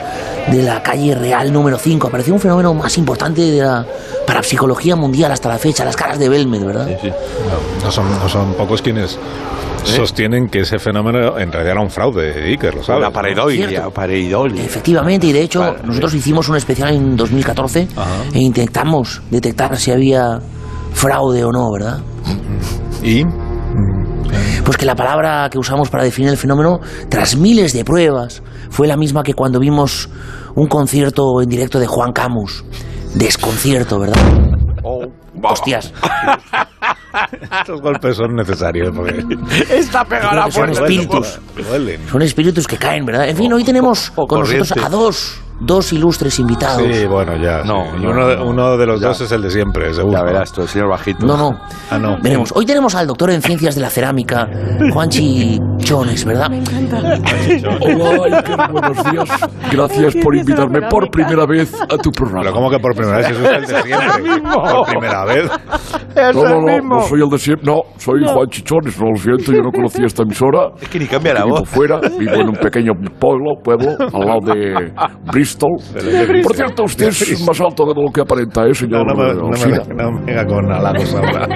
Speaker 13: de la calle Real número 5 apareció un fenómeno más importante de la parapsicología mundial hasta la fecha, las caras de Belmed, ¿verdad?
Speaker 1: No, no son, no son pocos quienes
Speaker 14: ¿Eh?
Speaker 1: sostienen que ese fenómeno en realidad era un fraude, Iker, lo sabes.
Speaker 4: Una pareidolia,
Speaker 13: Cierto.
Speaker 4: pareidolia.
Speaker 13: Efectivamente, y de hecho nosotros hicimos un especial en 2014 e intentamos detectar si había fraude o no, ¿verdad? Mm.
Speaker 1: ¿Y?
Speaker 13: Pues que la palabra que usamos para definir el fenómeno, tras miles de pruebas, fue la misma que cuando vimos un concierto en directo de Juan Camus. Desconcierto, ¿verdad?
Speaker 1: Oh,
Speaker 13: Hostias.
Speaker 1: Estos golpes son necesarios porque
Speaker 4: Está
Speaker 13: Yo creo que son espíritus.
Speaker 1: duelen.
Speaker 13: Son espíritus que caen, ¿verdad? En fin, hoy tenemos con nosotros
Speaker 1: corriente.
Speaker 13: a dos, dos ilustres invitados.
Speaker 1: Sí, bueno, ya. No, uno, de, uno de los dos es el de siempre, seguro. Ya verás
Speaker 4: tú, el señor Bajito.
Speaker 13: No, no.
Speaker 1: Ah, no.
Speaker 13: Veremos. Hoy tenemos al doctor en ciencias de la cerámica, Juanchi Chones, ¿verdad?
Speaker 14: Hola, Iker, buenos días. Gracias por invitarme por primera vez a tu programa.
Speaker 1: Pero ¿cómo que por primera vez? Eso es el de siempre. Por primera vez.
Speaker 14: No, no, no, no soy el de siempre. No, soy Juan Chichones, no lo siento, yo no conocía esta emisora. Es que ni cambia
Speaker 4: la
Speaker 14: Vivo
Speaker 4: voz.
Speaker 14: fuera, vivo en un pequeño pueblo, pueblo al lado de Bristol.
Speaker 1: De Bristol.
Speaker 14: Por cierto, usted es más alto de lo que aparenta, ¿eh,
Speaker 1: No,
Speaker 14: señor?
Speaker 1: no, me, no,
Speaker 14: Alsina?
Speaker 1: me, no me venga con halagos ahora.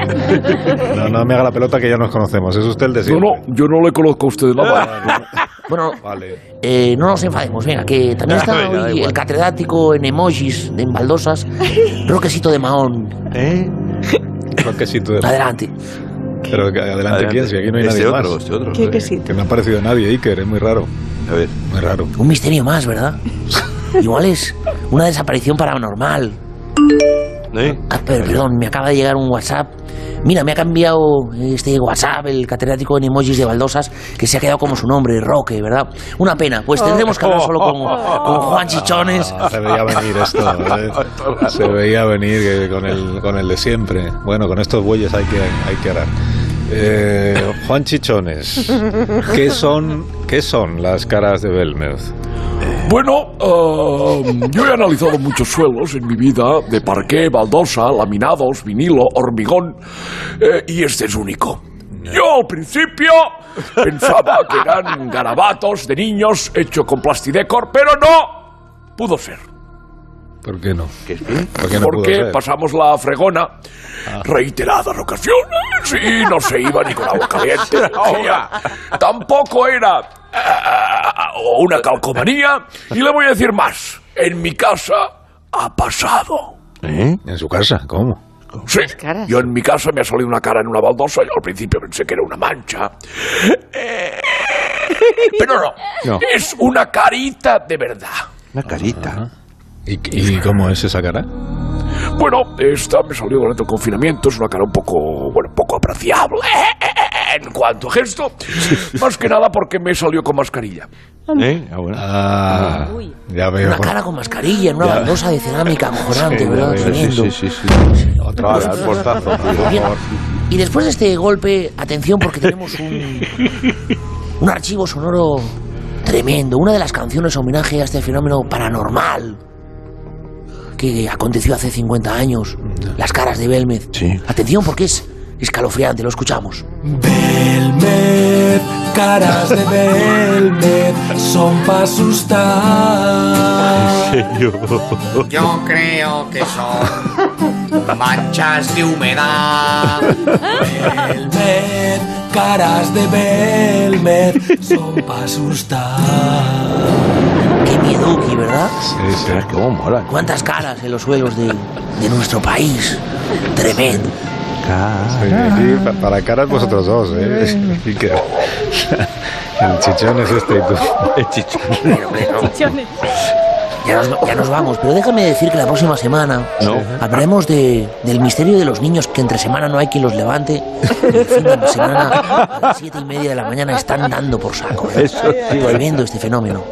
Speaker 1: No, no me haga la pelota que ya nos conocemos. Es usted el de
Speaker 14: No,
Speaker 1: siempre. Ah,
Speaker 14: no, yo no le conozco a usted nada.
Speaker 13: Bueno,
Speaker 1: Vale.
Speaker 13: eh, no nos enfademos, venga, que también está
Speaker 14: Ah, Venga, da
Speaker 13: hoy
Speaker 14: igual.
Speaker 13: el catedrático en emojis, en baldosas, Roquecito de Mahón.
Speaker 14: ¿Eh?
Speaker 1: Roquecito de
Speaker 13: Adelante.
Speaker 1: Pero adelante,
Speaker 4: Adelante.
Speaker 1: ¿quién? Si aquí no hay
Speaker 4: Este
Speaker 1: nadie
Speaker 4: otro,
Speaker 1: más.
Speaker 4: este otro.
Speaker 3: ¿Qué quesito?
Speaker 1: Que no ha aparecido nadie, Iker. Es muy raro.
Speaker 4: A ver.
Speaker 1: Muy raro.
Speaker 13: Un misterio más, ¿verdad? Igual es una desaparición paranormal. Ah, pero, perdón, me acaba de llegar un WhatsApp. Mira, me ha cambiado este WhatsApp, el catedrático en emojis de baldosas, que se ha quedado como su nombre, Roque, ¿verdad? Una pena, pues tendremos que hablar solo con,
Speaker 7: Oh.
Speaker 13: con Juan Chichones.
Speaker 1: Ah, se veía venir esto. ¿eh? Se veía venir que con, el, con el de siempre. Bueno, con estos bueyes hay que, hay que arar. Eh, Juan Chichones, ¿qué son, ¿qué son las caras de Belmez?
Speaker 14: Bueno, ah, yo he analizado muchos suelos en mi vida, de parqué, baldosa, laminados, vinilo, hormigón, eh, y este es único. Yo al principio pensaba que eran garabatos de niños hechos con plastidecor, pero no pudo ser.
Speaker 1: ¿Por qué no? ¿Por qué no pudo
Speaker 14: porque
Speaker 1: ser? Ah.
Speaker 14: pasamos la fregona reiteradas ocasiones y no se iba ni con agua caliente. Ahora, tampoco era ah, o una calcomanía. Y le voy a decir más. En mi casa ha pasado.
Speaker 1: ¿Eh? ¿En su casa? ¿Cómo?
Speaker 14: Sí, yo en mi casa me ha salido una cara en una baldosa y al principio pensé que era una mancha. Eh, pero no,
Speaker 1: No.
Speaker 14: es una carita de verdad.
Speaker 1: Una carita. ¿Y, y cómo es esa cara?
Speaker 14: Bueno, esta me salió durante el confinamiento, es una cara un poco, bueno, poco apreciable en cuanto a gesto. Más que nada porque me salió con mascarilla.
Speaker 1: ¿Eh? Ahora. Ah, ya veo.
Speaker 13: Una cara con mascarilla en una
Speaker 1: Ya.
Speaker 13: baldosa de cerámica mojorante,
Speaker 1: Sí,
Speaker 13: ¿verdad?
Speaker 1: ya veo.
Speaker 13: Tremendo.
Speaker 1: Sí, sí, sí, sí. Otra vez al portazo, por
Speaker 13: Bien.
Speaker 1: favor.
Speaker 13: Y después de este golpe, atención porque tenemos un, un archivo sonoro tremendo, una de las canciones homenaje a este fenómeno paranormal que aconteció hace 50 años, las caras de Belmez. Atención porque es escalofriante, lo escuchamos.
Speaker 15: Belmed, caras de Belmed, son para asustar.
Speaker 16: Yo creo que son manchas de humedad.
Speaker 15: Belmed, caras de Belmed, son para asustar.
Speaker 13: Qué miedo, Uki, ¿verdad?
Speaker 1: Sí, sí.
Speaker 4: ¿Cómo mola?
Speaker 13: Cuántas caras en los suelos de, de nuestro país. Tremendo.
Speaker 1: Sí, aquí pa- para caras vosotros dos, ¿eh? Y que- El chichón es este y tú. El chichón.
Speaker 13: Ya nos, ya nos vamos, pero déjame decir que la próxima semana
Speaker 1: No.
Speaker 13: hablaremos de, del misterio de los niños que entre semana no hay quien los levante. Y el fin de semana, a las siete y media de la mañana, están dando por saco. ¿eh?
Speaker 1: Eso sí,
Speaker 13: Tremendo este fenómeno.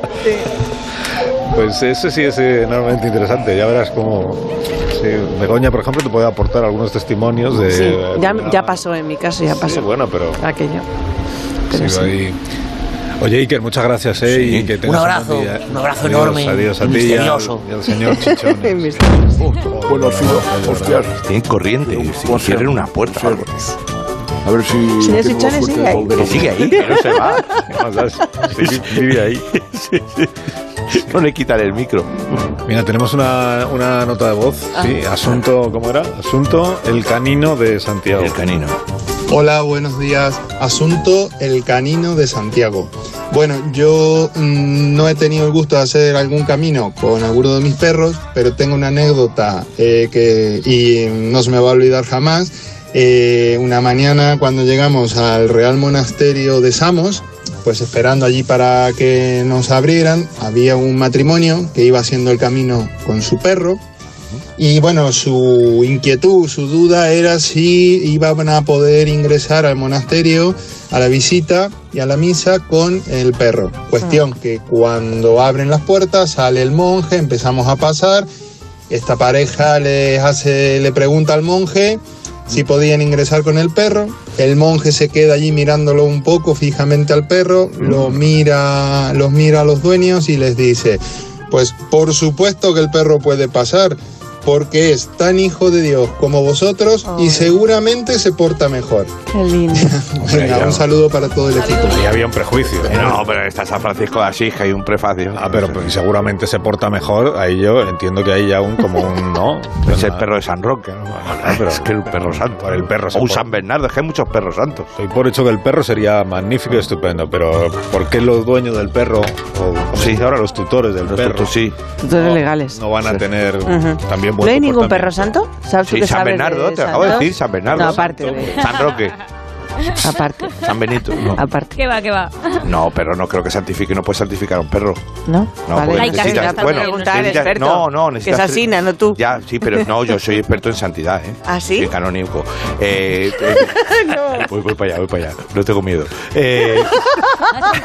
Speaker 1: Pues eso sí es eh, enormemente interesante. Ya verás cómo. sí, Begoña, por ejemplo, te puede aportar algunos testimonios de.
Speaker 3: Sí, ya,
Speaker 4: Ah.
Speaker 3: ya pasó en mi caso, ya
Speaker 1: Sí,
Speaker 3: pasó.
Speaker 1: bueno, pero.
Speaker 3: Aquello.
Speaker 1: Sí,
Speaker 3: sí.
Speaker 1: ahí. Oye, Iker, muchas gracias, ¿eh? Y que tengas
Speaker 13: abrazo,
Speaker 1: buen día, ¿eh?
Speaker 13: un abrazo
Speaker 1: Adiós,
Speaker 13: enorme,
Speaker 1: Adiós a ti y al,
Speaker 13: misterioso.
Speaker 1: y al señor Chichón.
Speaker 14: Bueno, sí, hostias.
Speaker 4: Tienen corriente. Si cierren una puerta. o algo.
Speaker 14: A ver si.
Speaker 4: Señor
Speaker 14: tengo la suerte
Speaker 4: Chichones, sigue
Speaker 14: de
Speaker 4: ahí.
Speaker 14: volver a-
Speaker 4: Que sigue ahí, que no se va. Sí, vive ahí. No le quitan el micro.
Speaker 1: Mira, tenemos una, una nota de voz. Sí, asunto, ¿cómo era? Asunto, el canino de Santiago. El
Speaker 4: canino.
Speaker 17: Hola, buenos días. Asunto El Canino de Santiago. Bueno, yo mm, no he tenido el gusto de hacer algún camino con alguno de mis perros, pero tengo una anécdota eh, que y no se me va a olvidar jamás. Eh, una mañana cuando llegamos al Real Monasterio de Samos, pues esperando allí para que nos abrieran, había un matrimonio que iba haciendo el camino con su perro. Y bueno, su inquietud, su duda era si iban a poder ingresar al monasterio a la visita y a la misa con el perro. Cuestión que cuando abren las puertas sale el monje, empezamos a pasar, esta pareja les hace, le pregunta al monje si podían ingresar con el perro, el monje se queda allí mirándolo un poco fijamente al perro, lo mira, los mira a los dueños y les dice, pues por supuesto que el perro puede pasar, porque es tan hijo de Dios como vosotros y seguramente se porta mejor.
Speaker 3: Qué lindo.
Speaker 17: Venga, un saludo para todo el equipo.
Speaker 1: Ahí había un prejuicio.
Speaker 4: No, pero está San Francisco de Asís, que hay un prefacio.
Speaker 1: Ah, pero pues, seguramente se porta mejor. Ahí yo entiendo que hay ya un como un no. Ah,
Speaker 4: Es el perro de San Roque. ¿no? es que el perro santo.
Speaker 1: El perro
Speaker 4: o un
Speaker 1: santo.
Speaker 4: San Bernardo, es que hay muchos perros santos.
Speaker 1: Soy por hecho que el perro sería magnífico y estupendo, pero ¿por qué los dueños del perro, o sí. ahora los tutores del perro,
Speaker 4: tutu- sí.
Speaker 3: Tutores legales.
Speaker 1: no van a tener
Speaker 3: Ujú.
Speaker 1: también
Speaker 3: ¿No
Speaker 1: buen
Speaker 3: hay ningún
Speaker 1: comportamiento?
Speaker 3: perro santo? ¿Sabes
Speaker 4: pues,
Speaker 3: tú
Speaker 4: Sí,
Speaker 3: que
Speaker 4: San
Speaker 3: sabes
Speaker 4: Bernardo, te acabo de
Speaker 3: santos?
Speaker 4: decir, San Bernardo.
Speaker 3: No, aparte. de-
Speaker 4: San Roque,
Speaker 3: Aparte.
Speaker 4: San Benito. No,
Speaker 3: Aparte.
Speaker 2: ¿Qué va, qué va?
Speaker 4: No, pero no creo que santifique, no puedes santificar a un perro.
Speaker 3: ¿No?
Speaker 4: No,
Speaker 3: Vale.
Speaker 4: porque
Speaker 3: Hay que
Speaker 4: necesitas,
Speaker 3: hasta
Speaker 4: bueno,
Speaker 3: preguntar al
Speaker 4: necesitas-
Speaker 3: experto,
Speaker 4: no, no,
Speaker 3: que es
Speaker 4: necesitas...
Speaker 3: Asina, no tú.
Speaker 4: Ya, sí, pero no, yo soy experto en santidad, ¿eh?
Speaker 3: ¿Ah, sí?
Speaker 4: Soy canónigo. Eh, eh, voy, voy para allá, voy para allá, no tengo miedo. Eh,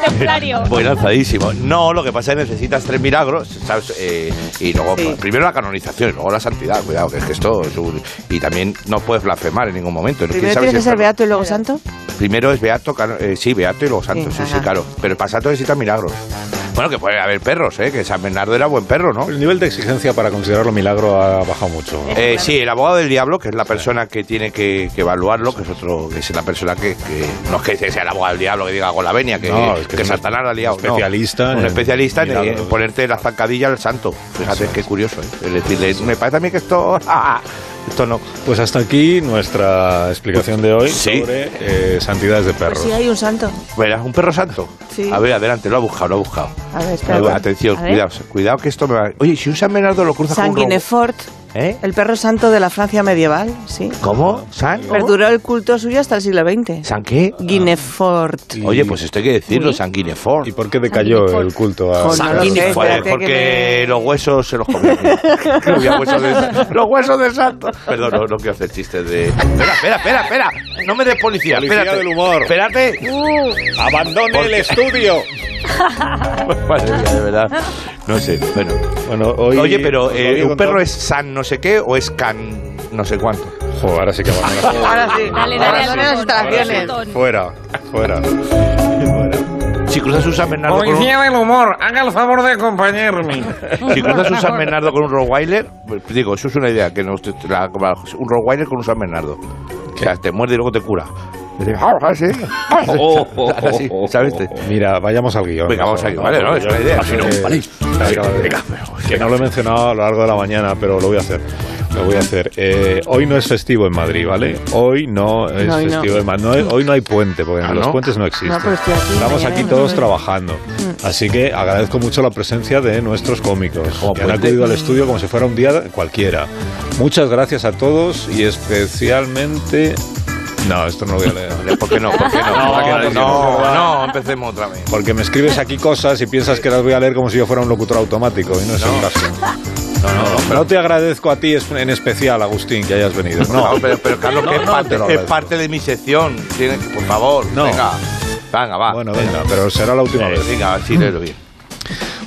Speaker 2: Templario.
Speaker 4: Voy lanzadísimo. No, lo que pasa es que necesitas tres milagros, ¿sabes? Eh, y luego, pues, primero la canonización y luego la santidad. Cuidado, que es que esto. es un- y también no puedes blasfemar en ningún momento. ¿Quién
Speaker 3: Primero
Speaker 4: sabe
Speaker 3: tienes que
Speaker 4: si el
Speaker 3: ser
Speaker 4: perro-
Speaker 3: beato y luego santo.
Speaker 4: Primero es Beato, cano- eh, sí, Beato y luego Santo,
Speaker 3: Sí,
Speaker 4: sí, sí,
Speaker 3: ajá.
Speaker 4: claro. Pero para Santo necesita milagros. Bueno, que puede haber perros, ¿eh? Que San Bernardo era buen perro, ¿no?
Speaker 1: El nivel de exigencia para considerarlo milagro ha bajado mucho.
Speaker 4: Eh, sí, el abogado del diablo, que es la persona que tiene que, que evaluarlo, que es otro, que es la persona que, que- no es que sea el abogado del diablo que diga con la venia, que,
Speaker 1: No, es que
Speaker 4: que
Speaker 1: es un
Speaker 4: Satanás la ha liado. no.
Speaker 1: especialista en-
Speaker 4: un especialista en,
Speaker 1: milagros.
Speaker 4: en ponerte la zancadilla al santo. Fíjate qué curioso, ¿eh? Es decirle, me parece a mí que esto. esto no.
Speaker 1: Pues hasta aquí nuestra explicación de hoy sobre eh, santidades de perros.
Speaker 3: Pues Sí, hay un santo.
Speaker 4: Verás, un perro santo.
Speaker 3: Sí.
Speaker 4: A ver, adelante, lo ha buscado, lo ha buscado.
Speaker 3: A ver,
Speaker 4: Ahí va,
Speaker 3: espera.
Speaker 4: atención,
Speaker 3: A ver.
Speaker 4: cuidado, cuidado que esto me va. Oye, si un San Bernardo lo cruza con un robo.
Speaker 3: Sanguinefort.
Speaker 4: ¿Eh?
Speaker 3: El perro santo de la Francia medieval, sí.
Speaker 4: ¿Cómo? ¿San?
Speaker 3: Perduró el culto suyo hasta el siglo XX.
Speaker 4: ¿San qué?
Speaker 3: Guinefort.
Speaker 4: Oye, pues esto hay que decirlo, San Guinefort.
Speaker 1: ¿Y por qué decayó el culto a
Speaker 3: Joder, no lo sé,
Speaker 4: Guinefort?
Speaker 3: espérate
Speaker 4: Porque
Speaker 3: que
Speaker 4: los huesos se los comieron. No había huesos de sa- los huesos de santo. Perdón, no, no quiero hacer chistes de... Espera, espera, espera, espera. No me des policía.
Speaker 1: Policía
Speaker 4: espérate.
Speaker 1: del humor.
Speaker 4: Espérate.
Speaker 1: ¡Abandone
Speaker 4: ¿Por
Speaker 1: el
Speaker 4: qué?
Speaker 1: estudio!
Speaker 4: Madre mía, de verdad. No sé, bueno.
Speaker 1: Bueno, hoy...
Speaker 4: Oye, pero
Speaker 1: os lo
Speaker 4: eh,
Speaker 1: digo
Speaker 4: ¿un
Speaker 1: con
Speaker 4: perro
Speaker 1: todo-
Speaker 4: es san no sé qué o es can no sé cuánto?
Speaker 1: Jo, ahora sí que vamos a...
Speaker 3: Ahora sí.
Speaker 2: Dale, dale,
Speaker 3: Ahora sí.
Speaker 2: al botón,
Speaker 3: Ahora sí.
Speaker 2: al botón.
Speaker 1: Fuera, fuera.
Speaker 4: Si cruzas un San Bernardo con un...
Speaker 8: Policía del humor, haga el favor de acompañarme.
Speaker 4: Si cruzas un San Bernardo con un Rottweiler, pues, digo, eso es una idea, que no, te- te la- un Rottweiler con un San Bernardo. O sea, te muerde y luego te cura. Y dices, "Ah, ah, sí".
Speaker 5: Oh, oh, oh,
Speaker 4: Así,
Speaker 5: oh,
Speaker 4: ¿sabes?
Speaker 1: Mira, vayamos al guión.
Speaker 4: Venga, vamos
Speaker 1: Eso,
Speaker 4: aquí, vale, no, es una idea.
Speaker 1: Yo creo que-
Speaker 4: Vale.
Speaker 1: Venga, vale. Que no lo he mencionado a lo largo de la mañana, pero lo voy a hacer. Lo voy a hacer. Eh, hoy no es festivo en Madrid, ¿vale? Hoy no es
Speaker 3: No, hoy no.
Speaker 1: festivo en Madrid. No hay- hoy no hay puente, porque los
Speaker 4: Ah, no?
Speaker 1: puentes no existen.
Speaker 3: No, pero estoy aquí,
Speaker 1: Estamos
Speaker 3: mañana
Speaker 1: aquí
Speaker 3: no Mm.
Speaker 1: todos
Speaker 3: hay.
Speaker 1: trabajando. Así que agradezco mucho la presencia de nuestros cómicos. Que han
Speaker 5: puente.
Speaker 1: acudido al estudio como si fuera un día cualquiera. Muchas gracias a todos y especialmente. No, esto no lo voy a leer.
Speaker 4: ¿Por qué no? ¿Por qué no?
Speaker 1: No,
Speaker 4: ¿Por qué
Speaker 1: no,
Speaker 4: no,
Speaker 1: no.
Speaker 4: no, empecemos otra vez.
Speaker 1: Porque me escribes aquí cosas y piensas que las voy a leer como si yo fuera un locutor automático y no es el caso.
Speaker 4: No, no, no.
Speaker 1: No te agradezco a ti es- en especial, Agustín, que hayas venido. No,
Speaker 4: pero, pero Carlos, que es,
Speaker 1: no,
Speaker 4: parte,
Speaker 1: te lo
Speaker 4: es
Speaker 1: agradezco.
Speaker 4: parte de mi sección. Tiene que- por favor,
Speaker 1: No.
Speaker 4: venga. Venga, va.
Speaker 1: Bueno, venga, pero será la última
Speaker 4: Eh,
Speaker 1: vez.
Speaker 4: venga, sí, léelo bien.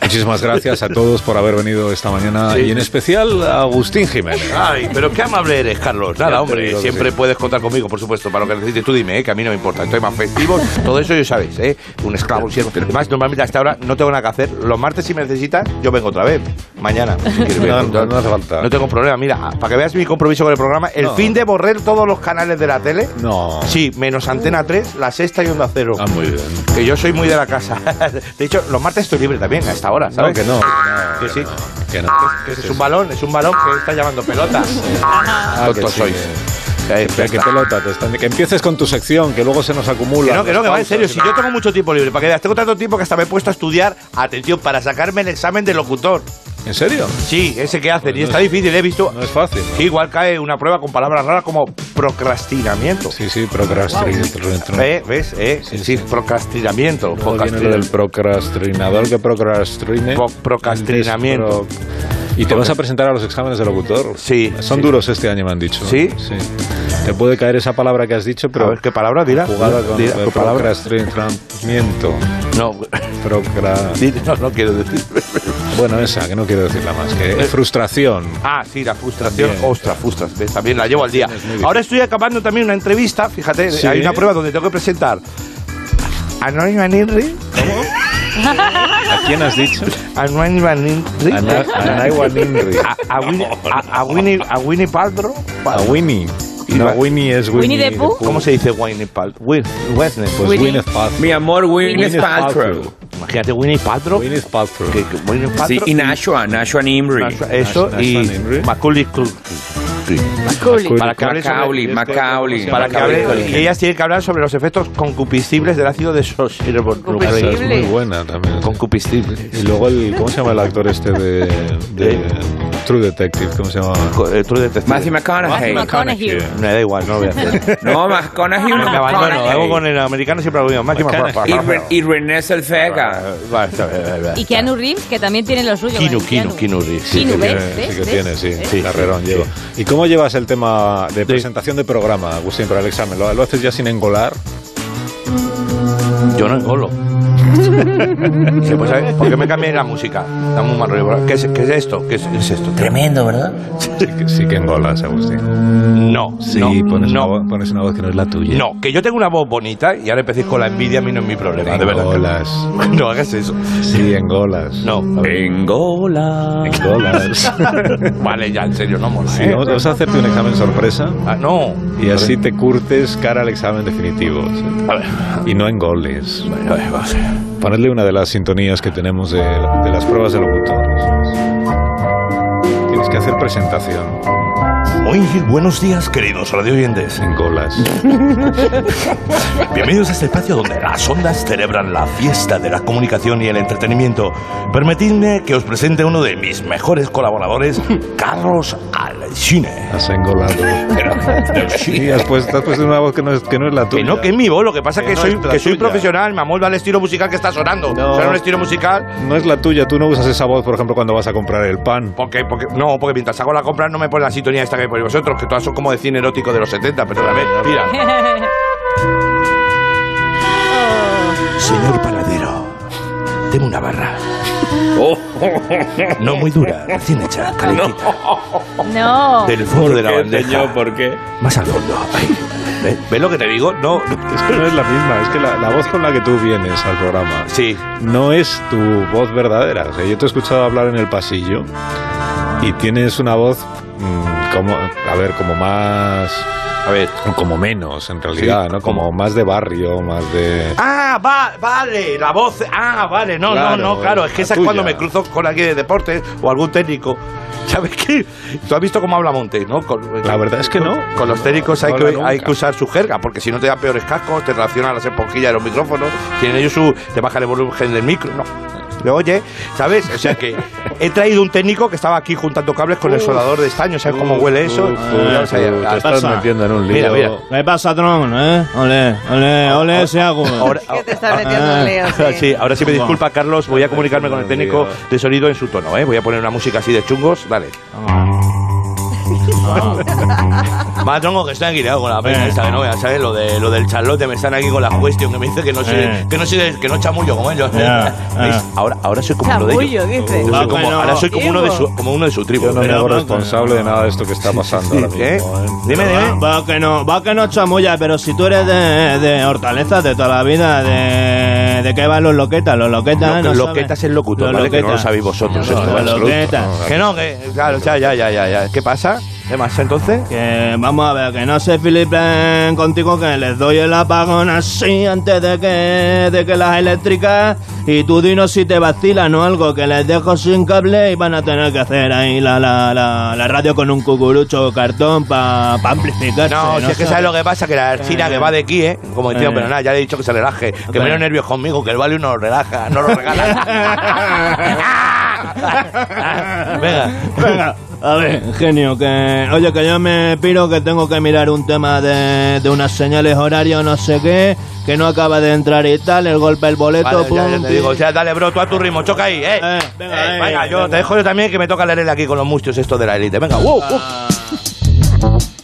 Speaker 1: Muchísimas gracias a todos por haber venido esta mañana
Speaker 4: Sí.
Speaker 1: y en especial a Agustín Jiménez.
Speaker 4: Ay, pero qué amable eres, Carlos.
Speaker 1: Ya
Speaker 4: Nada,
Speaker 1: te
Speaker 4: hombre,
Speaker 1: digo que
Speaker 4: siempre
Speaker 1: sí.
Speaker 4: puedes contar conmigo, por supuesto, para lo que necesites. Tú dime, eh, que a mí no me importa. Estoy más festivo, todo eso ya sabéis, ¿eh? Un esclavo, un siervo. Además, normalmente hasta ahora no tengo nada que hacer. Los martes, si me necesitas, yo vengo otra vez. Mañana. si quieres
Speaker 1: No,
Speaker 4: venir.
Speaker 1: no, no hace falta.
Speaker 4: No tengo problema. Mira, para que veas mi compromiso con el programa, el
Speaker 1: No.
Speaker 4: fin de borrar todos los canales de la tele.
Speaker 1: No.
Speaker 4: Sí, menos Antena 3, la sexta y Onda Cero.
Speaker 1: Ah, muy bien.
Speaker 4: Que yo soy muy de la casa. De hecho, los martes estoy libre también, hasta ahora,
Speaker 1: No,
Speaker 4: ¿sabes?
Speaker 1: que no.
Speaker 4: Que sí.
Speaker 1: Que no.
Speaker 4: Que Es un balón, es un balón que está llamando pelotas.
Speaker 1: Ah, que
Speaker 4: Tonto
Speaker 1: sí.
Speaker 4: sois. Eh,
Speaker 1: Que, que pelota te están- Que empieces con tu sección, que luego se nos acumula.
Speaker 4: Que no, que no, que va en serio. Si yo tengo mucho tiempo libre, para que veas, tengo tanto tiempo que hasta me he puesto a estudiar, atención, para sacarme el examen de locutor.
Speaker 1: ¿En serio?
Speaker 4: Sí, ese que hacen.
Speaker 1: Pues
Speaker 4: Y
Speaker 1: no
Speaker 4: está
Speaker 1: es-
Speaker 4: difícil, he visto.
Speaker 1: No es fácil. ¿no?
Speaker 4: Sí, igual cae una prueba con palabras raras como procrastinamiento.
Speaker 1: Sí, sí, procrastinador.
Speaker 4: ¿Eh? ¿Ves? ¿Eh? Sí, procrastinamiento.
Speaker 1: Luego viene lo del
Speaker 4: procrastinamiento.
Speaker 1: procrastinador que procrastine.
Speaker 4: Pro- procrastinamiento.
Speaker 1: Antes pro- ¿Y te vas a presentar a los exámenes de locutor?
Speaker 4: Sí,
Speaker 1: Son
Speaker 4: sí.
Speaker 1: duros este año, me han dicho.
Speaker 4: ¿Sí?
Speaker 1: Te puede caer esa palabra que has dicho,
Speaker 4: A
Speaker 1: pero
Speaker 4: ver, ¿qué palabra dirá?
Speaker 1: jugada con
Speaker 4: Dirá,
Speaker 1: eh,
Speaker 4: ¿qué palabra?
Speaker 1: procrastinamiento.
Speaker 4: No,
Speaker 1: Procra-
Speaker 4: di- no, no quiero decir.
Speaker 1: Bueno, esa, que no quiero decirla más. Que es frustración.
Speaker 4: Ah, sí, la frustración.
Speaker 1: Bien.
Speaker 4: Ostras, frustras. ¿ves? También la llevo al día.
Speaker 1: muy difícil.
Speaker 4: Ahora estoy acabando también una entrevista. Fíjate,
Speaker 1: Sí.
Speaker 4: hay una prueba donde tengo que presentar a Noel Van Henry,
Speaker 1: ¿A quién has dicho?
Speaker 4: a Noel Van Henry,
Speaker 1: A Na- a Naiwa Ninri.
Speaker 4: a- a Winnie- a- a Winnie a Winnie Paltrow.
Speaker 1: A Winnie.
Speaker 4: Y
Speaker 1: No,
Speaker 4: va-
Speaker 1: Winnie es Winnie.
Speaker 2: Winnie the Pooh.
Speaker 4: ¿Cómo se dice Winnie Paltrow? Win- Wesney, pues.
Speaker 1: Pues
Speaker 2: Winnie.
Speaker 1: Winnie Paltrow.
Speaker 8: Mi amor, Winnie
Speaker 1: Gwyneth
Speaker 8: Paltrow.
Speaker 4: Imagínate Winnie Paltrow.
Speaker 1: Winnie Paltrow.
Speaker 4: que- que Winnie
Speaker 8: Sí,
Speaker 4: Paltrow.
Speaker 8: y Nashua, Nashua Nimri.
Speaker 4: Nash- Eso
Speaker 1: Nash-
Speaker 4: y
Speaker 1: Nashua Nimri.
Speaker 4: Macaulay Culkin.
Speaker 8: Para que hables sobre-
Speaker 4: Macaulay,
Speaker 8: Macaulay,
Speaker 4: este- Para que hable-
Speaker 8: Macaulay.
Speaker 4: y ellas tienen que hablar sobre los efectos concupiscibles del ácido de
Speaker 1: Esa
Speaker 4: sosirbonucleico.
Speaker 1: es muy buena también.
Speaker 4: Concupiscibles.
Speaker 1: Y luego el, ¿cómo se llama el actor este de, de True Detective? ¿Cómo se llama?
Speaker 4: Eh. Co- eh, True Detective.
Speaker 8: Matthew McConaughey.
Speaker 2: McConaughey.
Speaker 4: Me da igual, no voy a hacer.
Speaker 8: No, McConaughey no.
Speaker 4: Me abandono. Hago con el americano siempre lo mismo. Matthew
Speaker 8: Y,
Speaker 4: McConaughey.
Speaker 8: Re- y René Selfega.
Speaker 4: Va, está bien, va, va.
Speaker 2: Y Keanu Reeves, que también tiene lo suyo.
Speaker 4: Keanu,
Speaker 2: ¿verdad?
Speaker 4: Keanu, Keanu Reeves. Sí,
Speaker 2: Keanu,
Speaker 4: que
Speaker 2: ¿ves?
Speaker 1: Eh, sí que
Speaker 2: ¿Ves?
Speaker 1: tiene,
Speaker 2: ¿Ves?
Speaker 1: sí.
Speaker 2: ¿Ves?
Speaker 1: Carrerón lleva. ¿Y cómo llevas el tema de presentación de programa, Agustín, para el examen? ¿Lo, lo haces ya sin engolar?
Speaker 4: Yo no engolo. Sí, pues, ¿sabes? ¿Por qué me cambié la música? Dame un mal rollo. ¿Qué es, qué es esto? ¿Qué es, es esto?
Speaker 13: Tremendo, ¿verdad?
Speaker 1: Sí que, sí que engolas, Agustín.
Speaker 4: No, no, no.
Speaker 1: voz, pones una voz que no es la tuya.
Speaker 4: No, que yo tengo una voz bonita y ahora empecéis con la envidia, a mí no es mi problema, de verdad.
Speaker 1: Engolas.
Speaker 4: No hagas eso.
Speaker 1: Sí, engolas.
Speaker 4: No.
Speaker 8: Engola.
Speaker 1: Engolas.
Speaker 4: Vale, ya, en serio, no mola.
Speaker 1: Sí,
Speaker 4: ¿eh?
Speaker 1: vamos, vamos a hacerte un examen sorpresa
Speaker 4: Ah, no.
Speaker 1: y así te curtes cara al examen definitivo.
Speaker 4: A ver,
Speaker 1: Y no engoles.
Speaker 4: a ver, vamos a ver.
Speaker 1: Ponedle una de las sintonías que tenemos de, de las pruebas de locutores. Tienes que hacer presentación.
Speaker 11: Muy buenos días, queridos radioyentes. En colas. Bienvenidos a este espacio donde las ondas celebran la fiesta de la comunicación y el entretenimiento. Permitidme que os presente uno de mis mejores colaboradores, Carlos Alcine.
Speaker 1: Has engolado. Sí, has puesto, has puesto una voz que no es, que no es la tuya.
Speaker 4: Que no, que es mi voz, lo que pasa es
Speaker 1: Que
Speaker 4: que,
Speaker 1: no
Speaker 4: soy,
Speaker 1: es la
Speaker 4: que soy
Speaker 1: tuya.
Speaker 4: profesional, me amoldo al estilo musical que está sonando.
Speaker 1: No.
Speaker 4: Suena un estilo musical
Speaker 1: No es la tuya, tú no usas esa voz, por ejemplo, cuando vas a comprar el pan.
Speaker 4: Porque, porque, no, porque mientras hago la compra no me ponen la sintonía esta que ponéis vosotros, que todas son como de cine erótico de los 70, pero a ver, mira. Señor panadero, deme una barra. Oh. No muy dura, recién hecha, calentita.
Speaker 2: No.
Speaker 4: Del fondo de la
Speaker 5: qué,
Speaker 4: bandeja.
Speaker 5: señor? ¿Por qué?
Speaker 4: Más al fondo. Ahí. ¿Ves? ¿Ves lo que te digo? No.
Speaker 1: Es que no es la misma, es que la, la voz con la que tú vienes al programa
Speaker 4: sí.
Speaker 1: no es tu voz verdadera. O sea, yo te he escuchado hablar en el pasillo y tienes una voz mm, como, a ver, como más...
Speaker 4: A ver.
Speaker 1: Como menos, en realidad, ¿no? Como más de barrio, más de...
Speaker 4: Ah, va, vale, la voz. Ah, vale, no,
Speaker 1: Claro,
Speaker 4: no, no, claro. Es que
Speaker 1: la
Speaker 4: esa es cuando
Speaker 1: tuya.
Speaker 4: me cruzo con alguien de deportes o algún técnico. ¿Sabes qué? Tú has visto cómo habla Montes, ¿no? Con-
Speaker 1: La verdad es que no.
Speaker 4: Con los técnicos
Speaker 1: No
Speaker 4: hay,
Speaker 1: habla
Speaker 4: que,
Speaker 1: nunca.
Speaker 4: hay que usar su jerga, porque si no te dan peores cascos, te relacionan las esponjillas de los micrófonos, tienen ellos su. te bajan el volumen del micro. No. Lo oye, ¿sabes? O sea que he traído un técnico que estaba aquí juntando cables con el
Speaker 1: Uh.
Speaker 18: Uf.
Speaker 4: soldador de estaño, ¿sabes cómo huele eso?
Speaker 1: Uf, uf,
Speaker 4: Ya lo sabía.
Speaker 1: uf, te
Speaker 4: Ah,
Speaker 1: estás
Speaker 4: pasa.
Speaker 1: metiendo en un lío.
Speaker 4: Mira, mira.
Speaker 18: ¿Qué pasa, Tron? ¿Eh? Ole, ole, ole, se hago.
Speaker 4: Ahora- ah,
Speaker 3: Te estás metiendo en lío, sí.
Speaker 4: Sí, ahora sí me disculpa, Carlos. Voy a comunicarme con el técnico de sonido en su tono, ¿eh? Voy a poner una música así de chungos. Dale. Más tronco que están guiado con la
Speaker 18: Eh.
Speaker 4: pena esta que no veas, ¿sabes? Lo, de, lo del charlote me están aquí con la cuestión que me dice que no soy,
Speaker 18: Eh.
Speaker 4: que no soy, de- que no chamullo como ellos. ¿eh?
Speaker 18: Ya,
Speaker 4: ¿Veis?
Speaker 18: ya.
Speaker 4: Ahora, ahora soy como uno de ellos.
Speaker 18: Chamullo, dice.
Speaker 4: Yo soy
Speaker 18: Va,
Speaker 4: como-
Speaker 18: bueno.
Speaker 4: ahora soy como uno de su, como uno de su tribu.
Speaker 1: Yo no me
Speaker 4: Pero-
Speaker 1: hago responsable de nada de esto que está pasando ahora mismo.
Speaker 4: ¿Eh? Dime, dime.
Speaker 18: Va que no, va que no chamulla, pero si tú eres de, de hortalizas de toda la vida, de, de qué van los loquetas, los
Speaker 4: Lo-
Speaker 18: loquetas, no
Speaker 4: loqueta es el locutor, ¿vale? Que no lo sabéis vosotros. esto, en absoluto.
Speaker 18: loquetas.
Speaker 4: Que no, que, claro, ya, ya, ya, ya, ya. ¿Qué pasa? ¿Qué más entonces?
Speaker 18: Que vamos a ver, que no se filipen contigo, que les doy el apagón así antes de que, de que las eléctricas y tú dinos si te vacilan o algo, que les dejo sin cable y van a tener que hacer ahí la, la, la, la radio con un cucurucho o cartón para pa amplificar.
Speaker 4: No, si es que sabes lo que pasa, que la arcina que va de aquí, ¿eh? Como decía,
Speaker 18: Eh.
Speaker 4: pero nada, ya le he dicho que se relaje, que menos nervios conmigo, que el value no lo relaja, no lo regala. Ah, Venga.
Speaker 18: Venga, a ver, genio, que. Oye, que yo me piro que tengo que mirar un tema de, de unas señales horario, no sé qué, que no acaba de entrar y tal, el golpe el
Speaker 4: Vale,
Speaker 18: boleto, pum,
Speaker 4: ya, ya te
Speaker 18: pim.
Speaker 4: digo, o sea, dale, bro, tú a tu ritmo, choca ahí, ¿eh? venga, venga, yo te dejo yo también que me toca la aquí con los mustios esto de la élite. Venga, wow, wow.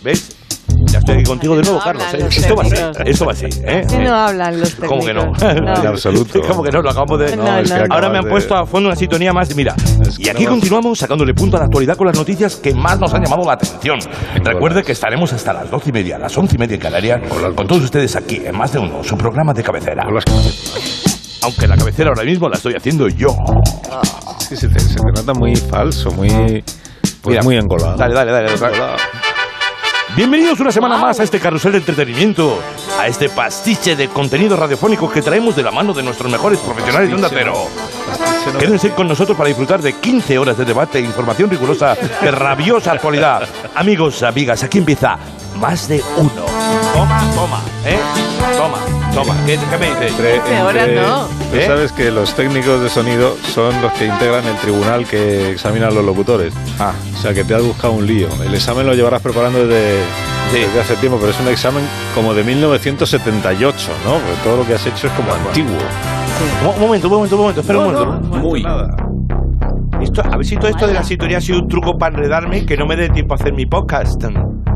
Speaker 4: ¿Ves? Ya estoy aquí contigo de nuevo, Carlos. ¿eh? Esto va así, esto va así, ¿eh?
Speaker 3: Que no hablan los
Speaker 1: Pues,
Speaker 3: técnicos.
Speaker 4: ¿Cómo que no?
Speaker 1: En absoluto.
Speaker 4: ¿Cómo que no? Lo acabamos de.
Speaker 3: No, No, es que no. acabas
Speaker 4: Ahora me han
Speaker 1: de-
Speaker 4: puesto a fondo una sintonía más. Mira, y aquí
Speaker 1: no.
Speaker 4: continuamos sacándole punto a la actualidad con las noticias que más nos han llamado la atención. Recuerde que estaremos hasta las doce y media, las once y media en Canarias, con todos ustedes aquí en más de uno, su programa de cabecera. Aunque la cabecera ahora mismo la estoy haciendo yo.
Speaker 1: Sí, se te, se te nota muy falso, muy... pues
Speaker 4: Mira,
Speaker 1: muy engolado.
Speaker 4: Dale, dale, dale. otra. Bienvenidos una semana más a este carrusel de entretenimiento, a este pastiche de contenido radiofónico que traemos de la mano de nuestros mejores profesionales de Onda
Speaker 1: Pastiche,
Speaker 4: Cero.
Speaker 1: Pastiche, no.
Speaker 4: Quédense con nosotros para disfrutar de 15 horas de debate, e información rigurosa, de rabiosa actualidad. Amigos, amigas, aquí empieza más de uno. Toma, toma, ¿eh? Toma, toma. ¿Qué, qué me dices?
Speaker 3: Ahora no.
Speaker 1: Tú
Speaker 4: ¿Eh?
Speaker 1: sabes que los técnicos de sonido son los que integran el tribunal que examina a los locutores.
Speaker 4: Ah.
Speaker 1: O sea, que te has buscado un lío. El examen lo llevarás preparando desde, desde hace tiempo, pero es un examen como de 1978, ¿no? Porque todo lo que has hecho es como antiguo.
Speaker 4: Un momento, un momento, un momento, espera un momento.
Speaker 1: Muy.
Speaker 4: Esto, a ver si todo esto de la sintonía ha sido un truco para enredarme y que no me dé tiempo a hacer mi podcast.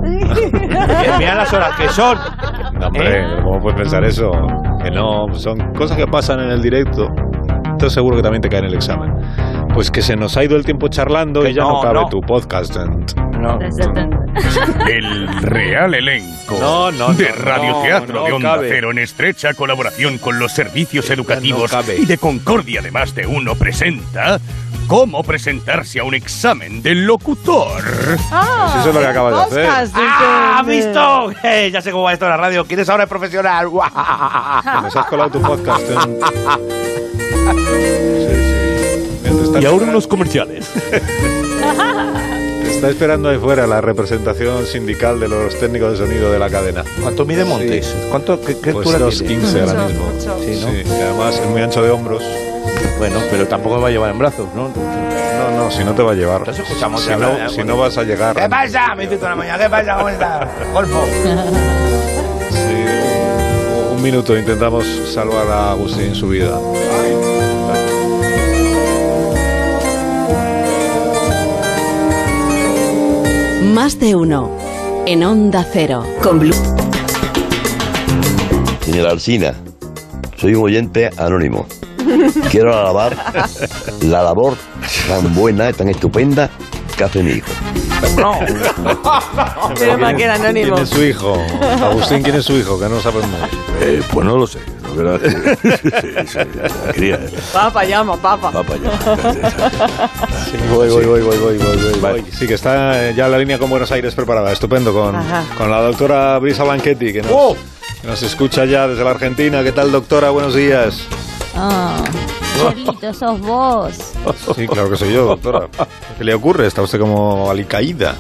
Speaker 4: Mira mira las horas que son. ¿Eh?
Speaker 1: No, hombre, ¿cómo puedes pensar eso? Que no, pues son cosas que pasan en el directo. Esto seguro que también te cae en el examen. Pues que se nos ha ido el tiempo charlando
Speaker 4: Que
Speaker 1: y ya no,
Speaker 4: no,
Speaker 1: cabe
Speaker 4: no.
Speaker 1: tu podcast.
Speaker 4: No.
Speaker 11: El real elenco
Speaker 1: No, no, no,
Speaker 11: de
Speaker 1: no,
Speaker 11: radioteatro
Speaker 1: no
Speaker 11: de Onda
Speaker 1: cabe.
Speaker 11: Cero en estrecha colaboración con los servicios educativos
Speaker 1: cabe.
Speaker 11: y de Concordia de Más de Uno presenta cómo presentarse a un examen del locutor.
Speaker 1: Ah, Eso es lo que acabas de hacer.
Speaker 4: ¡Ah, visto! Eh, ya sé cómo va esto en la radio. ¿Quieres ahora es profesional?
Speaker 1: Nos has colado tu podcast. ¿eh?
Speaker 11: Y ahora unos comerciales.
Speaker 1: Te está esperando ahí fuera la representación sindical de los técnicos de sonido de la cadena.
Speaker 19: ¿Cuánto mide Montes? ¿Cuánto, qué, qué
Speaker 1: Pues
Speaker 19: altura
Speaker 1: 2.15
Speaker 19: tiene?
Speaker 1: ahora mismo.
Speaker 19: Sí, ¿no?
Speaker 1: Sí, y además es muy ancho de hombros.
Speaker 19: Bueno, pero tampoco va a llevar en brazos, ¿no?
Speaker 1: No, no, si no te va a llevar.
Speaker 19: escuchamos
Speaker 1: si,
Speaker 19: de hablar,
Speaker 1: no,
Speaker 19: ¿eh?
Speaker 1: si no vas a llegar.
Speaker 19: ¿Qué pasa? Me dice toda la mañana. ¿Qué pasa? ¿Cómo está? Golfo.
Speaker 1: Un minuto, intentamos salvar a Agustín su vida.
Speaker 9: Más de uno. En Onda Cero. Con Blue.
Speaker 4: Señora Alsina, soy un oyente anónimo. Quiero alabar la labor tan buena y tan estupenda que hace mi hijo.
Speaker 3: No. Pero para que era anónimo.
Speaker 1: ¿Quién es su hijo? Agustín, ¿quién es su hijo? Que no sabemos.
Speaker 19: Eh, pues no lo sé. La verdad es que sí, sí, la quería.
Speaker 3: Papa, llama, papa.
Speaker 19: Papa,
Speaker 1: Voy, voy, voy, voy, voy, voy, voy, voy. Sí, que está eh, ya la línea con Buenos Aires preparada. Estupendo. Con,
Speaker 3: Ajá.
Speaker 1: con la doctora Brisa Blanchetti, que nos, que nos escucha ya desde la Argentina. ¿Qué tal, doctora? Buenos días.
Speaker 20: Ah, Carlito, sos vos.
Speaker 1: Sí, claro que soy yo, doctora. ¿Qué le ocurre? Está usted como alicaída.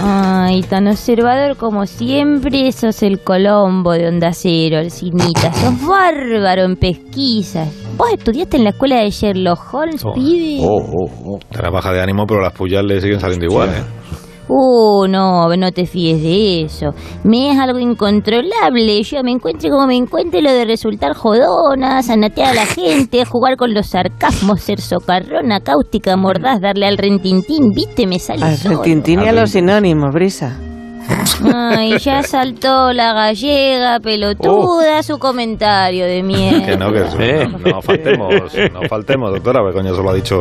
Speaker 20: Ay, tan observador como siempre, sos el Colombo de Onda Cero, Alcinita. Sos bárbaro en pesquisas. ¿Vos estudiaste en la escuela de Sherlock Holmes,
Speaker 3: Oh,
Speaker 20: pibe?
Speaker 1: Estará baja de ánimo, pero las pullas le siguen saliendo igual, ¿eh?
Speaker 20: Uh, no, no te fíes de eso. Me es algo incontrolable. Yo me encuentre como me encuentre lo de resultar jodona, sanatear a la gente, jugar con los sarcasmos, ser socarrona, cáustica, mordaz, darle al rentintín, viste, me sale
Speaker 3: Al
Speaker 20: solo.
Speaker 3: retintín y a los sinónimos, Brisa.
Speaker 20: Ay, ya saltó la gallega pelotuda su comentario de
Speaker 1: Que
Speaker 20: mierda.
Speaker 1: no, que no, no faltemos, no faltemos, doctora, porque coño, eso lo ha dicho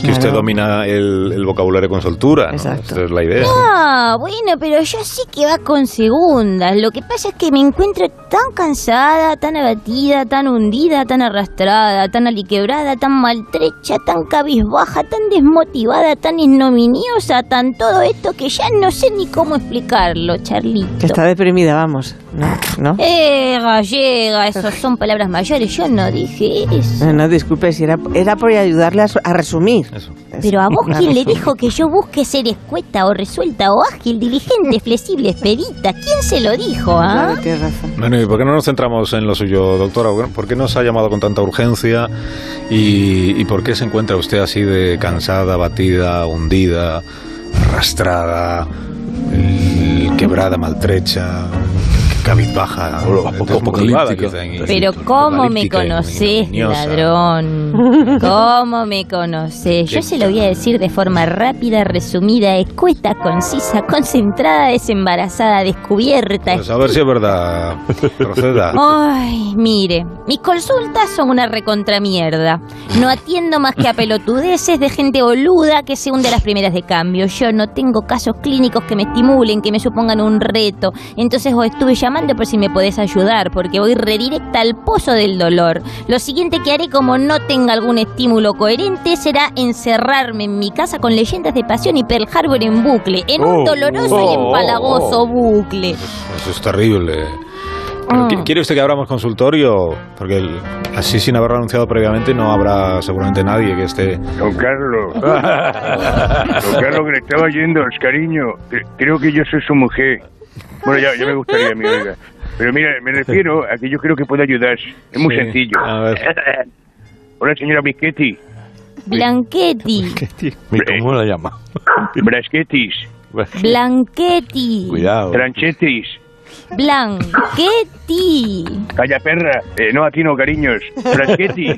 Speaker 1: que usted domina el, el vocabulario con soltura, ¿no? Esa es la idea.
Speaker 20: Ah, bueno, pero yo sí que va con segundas. Lo que pasa es que me encuentro tan cansada, tan abatida, tan hundida, tan arrastrada, tan aliquebrada, tan maltrecha, tan cabizbaja, tan desmotivada, tan ignominiosa, tan todo esto que ya no sé ni cómo explicarlo, Charlie.
Speaker 3: Que está deprimida, vamos. ¿No? ¿No?
Speaker 20: Eh, gallega, esas son palabras mayores. Yo no dije eso.
Speaker 3: No, no, disculpe, si era, era por ayudarle a, su- a resumir.
Speaker 20: Pero a vos,
Speaker 3: Una
Speaker 20: ¿quién le
Speaker 3: resumida.
Speaker 20: dijo que yo busque ser escueta o resuelta o ágil, diligente, flexible, expedita? ¿Quién se lo dijo, ah?
Speaker 3: Claro, tienes razón.
Speaker 1: Bueno, ¿y por qué no nos centramos en lo suyo, doctora? Bueno, ¿Por qué nos ha llamado con tanta urgencia? ¿Y, y por qué se encuentra usted así de cansada, batida, hundida, arrastrada, eh, quebrada, maltrecha, cabizbaja, desmotivada, quizá, en-
Speaker 20: Pero cómo me
Speaker 1: apocalíptica,
Speaker 20: conoces,
Speaker 1: ignominiosa.
Speaker 20: ladrón. Cómo me conoces. Yo se lo voy a decir de forma rápida, resumida, escueta, concisa, concentrada, desembarazada, descubierta.
Speaker 1: Pues a ver si es verdad, proceda.
Speaker 20: Oh. Ay, mire, mis consultas son una recontramierda. No atiendo más que a pelotudeces de gente boluda que se hunde a las primeras de cambio. Yo no tengo casos clínicos que me estimulen, que me supongan un reto. Entonces os estuve llamando por si me podés ayudar, porque voy redirecta al pozo del dolor. Lo siguiente que haré, como no tenga algún estímulo coherente, será encerrarme en mi casa con leyendas de pasión y Pearl Harbor en bucle, en un
Speaker 1: Oh,
Speaker 20: doloroso y
Speaker 1: oh,
Speaker 20: empalagoso bucle.
Speaker 1: Eso es terrible. Pero, ¿qui- ¿Quiere usted que abramos consultorio? Porque el- así sin haberlo anunciado previamente no habrá seguramente nadie que esté...
Speaker 7: Don Carlos. Don Carlos, que le estaba yendo, cariño. cre- Creo que yo soy su mujer. Bueno, ya, ya me gustaría, mi oiga. Pero mira, me refiero a que yo creo que puedo ayudar. Es muy
Speaker 1: Sí,
Speaker 7: sencillo.
Speaker 1: a
Speaker 7: Hola, señora Bischetti.
Speaker 20: Blanchetti.
Speaker 19: ¿Cómo la llama?
Speaker 7: Braschetis.
Speaker 20: Blanquetti.
Speaker 7: Cuidado. Tranchetis.
Speaker 20: Blanquetti.
Speaker 7: Calla, perra. Eh, no, a ti no, cariños. Braschetti.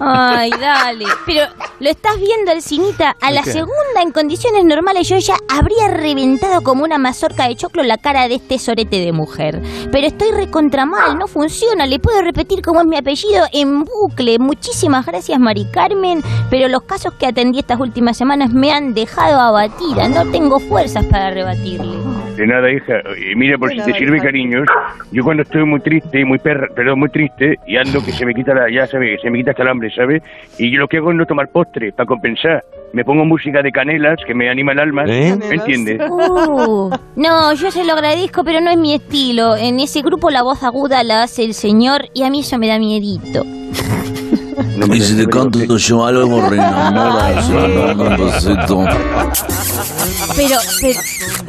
Speaker 20: Ay, dale. Pero lo estás viendo, Alcinita. A la
Speaker 7: ¿Qué?
Speaker 20: segunda, en condiciones normales, yo ya habría reventado como una mazorca de choclo la cara de este sorete de mujer. Pero estoy recontra mal, no funciona. Le puedo repetir cómo es mi apellido en bucle. Muchísimas gracias, Mari Carmen. Pero los casos que atendí estas últimas semanas me han dejado abatida. No tengo fuerzas para rebatirle.
Speaker 7: De nada, hija. Eh, mira, por
Speaker 20: Bueno,
Speaker 7: si te sirve, ¿eh?
Speaker 20: hija.
Speaker 7: cariños, yo cuando estoy muy triste y muy perra, perdón, muy triste, y ando que se me quita la, ya sabes, se me quita hasta el hambre, ¿sabes? Y yo lo que hago es no tomar postre, para compensar. Me pongo música de canelas que me anima el alma, ¿me entiendes?
Speaker 20: Uh, no, yo se lo agradezco, pero no es mi estilo. En ese grupo la voz aguda la hace el señor y a mí eso me da miedito.
Speaker 21: Y si te canto tu yo algo, reenamoras. Rondocito.
Speaker 20: Pero, pero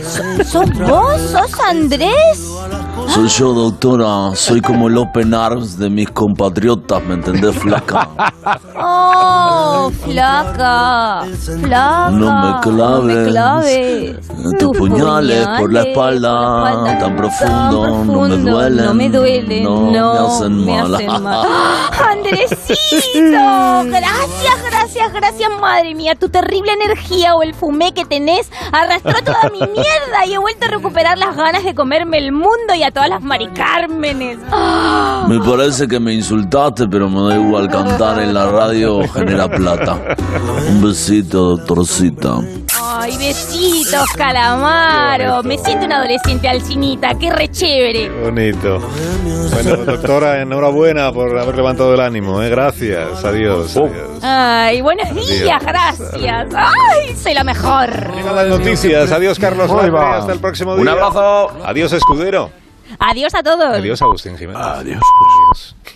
Speaker 20: ¿so- ¿sos vos? ¿Sos Andrés?
Speaker 21: Soy yo, doctora. Soy como el open arms de mis compatriotas, ¿me entendés, flaca?
Speaker 20: ¡Oh, flaca! ¡Flaca!
Speaker 21: No me claves.
Speaker 20: No me claves.
Speaker 21: Tus puñales por la espalda, tan profundo, no me duelen.
Speaker 20: No me duelen, no,
Speaker 21: me hacen
Speaker 20: me
Speaker 21: mal.
Speaker 20: hacen mal. ¡Ah, ¡Andresito! Gracias, gracias, gracias, madre mía. Tu terrible energía o el fumé que tenés arrastró toda mi mierda y he vuelto a recuperar las ganas de comerme el mundo y a todas las maricármenes. ¡Ah!
Speaker 21: Me parece que me insultaste, pero me da igual cantar en la radio genera plata. Un besito, doctorcita.
Speaker 20: Ay, besitos, calamaro. Me siento una adolescente alcinita, qué re chévere.
Speaker 1: Bonito. Bueno, doctora, enhorabuena por haber levantado el ánimo. ¿eh? Gracias. Adiós.
Speaker 5: Uh.
Speaker 1: adiós.
Speaker 20: Ay, buenos días,
Speaker 1: Adiós.
Speaker 20: gracias. Ay, soy la mejor.
Speaker 1: Las noticias. Adiós, Carlos
Speaker 20: Ahí
Speaker 1: Latre.
Speaker 20: va.
Speaker 1: Hasta el próximo día.
Speaker 5: Un abrazo.
Speaker 1: Adiós, Escudero.
Speaker 20: Adiós a todos.
Speaker 1: Adiós, Agustín Jiménez. Adiós.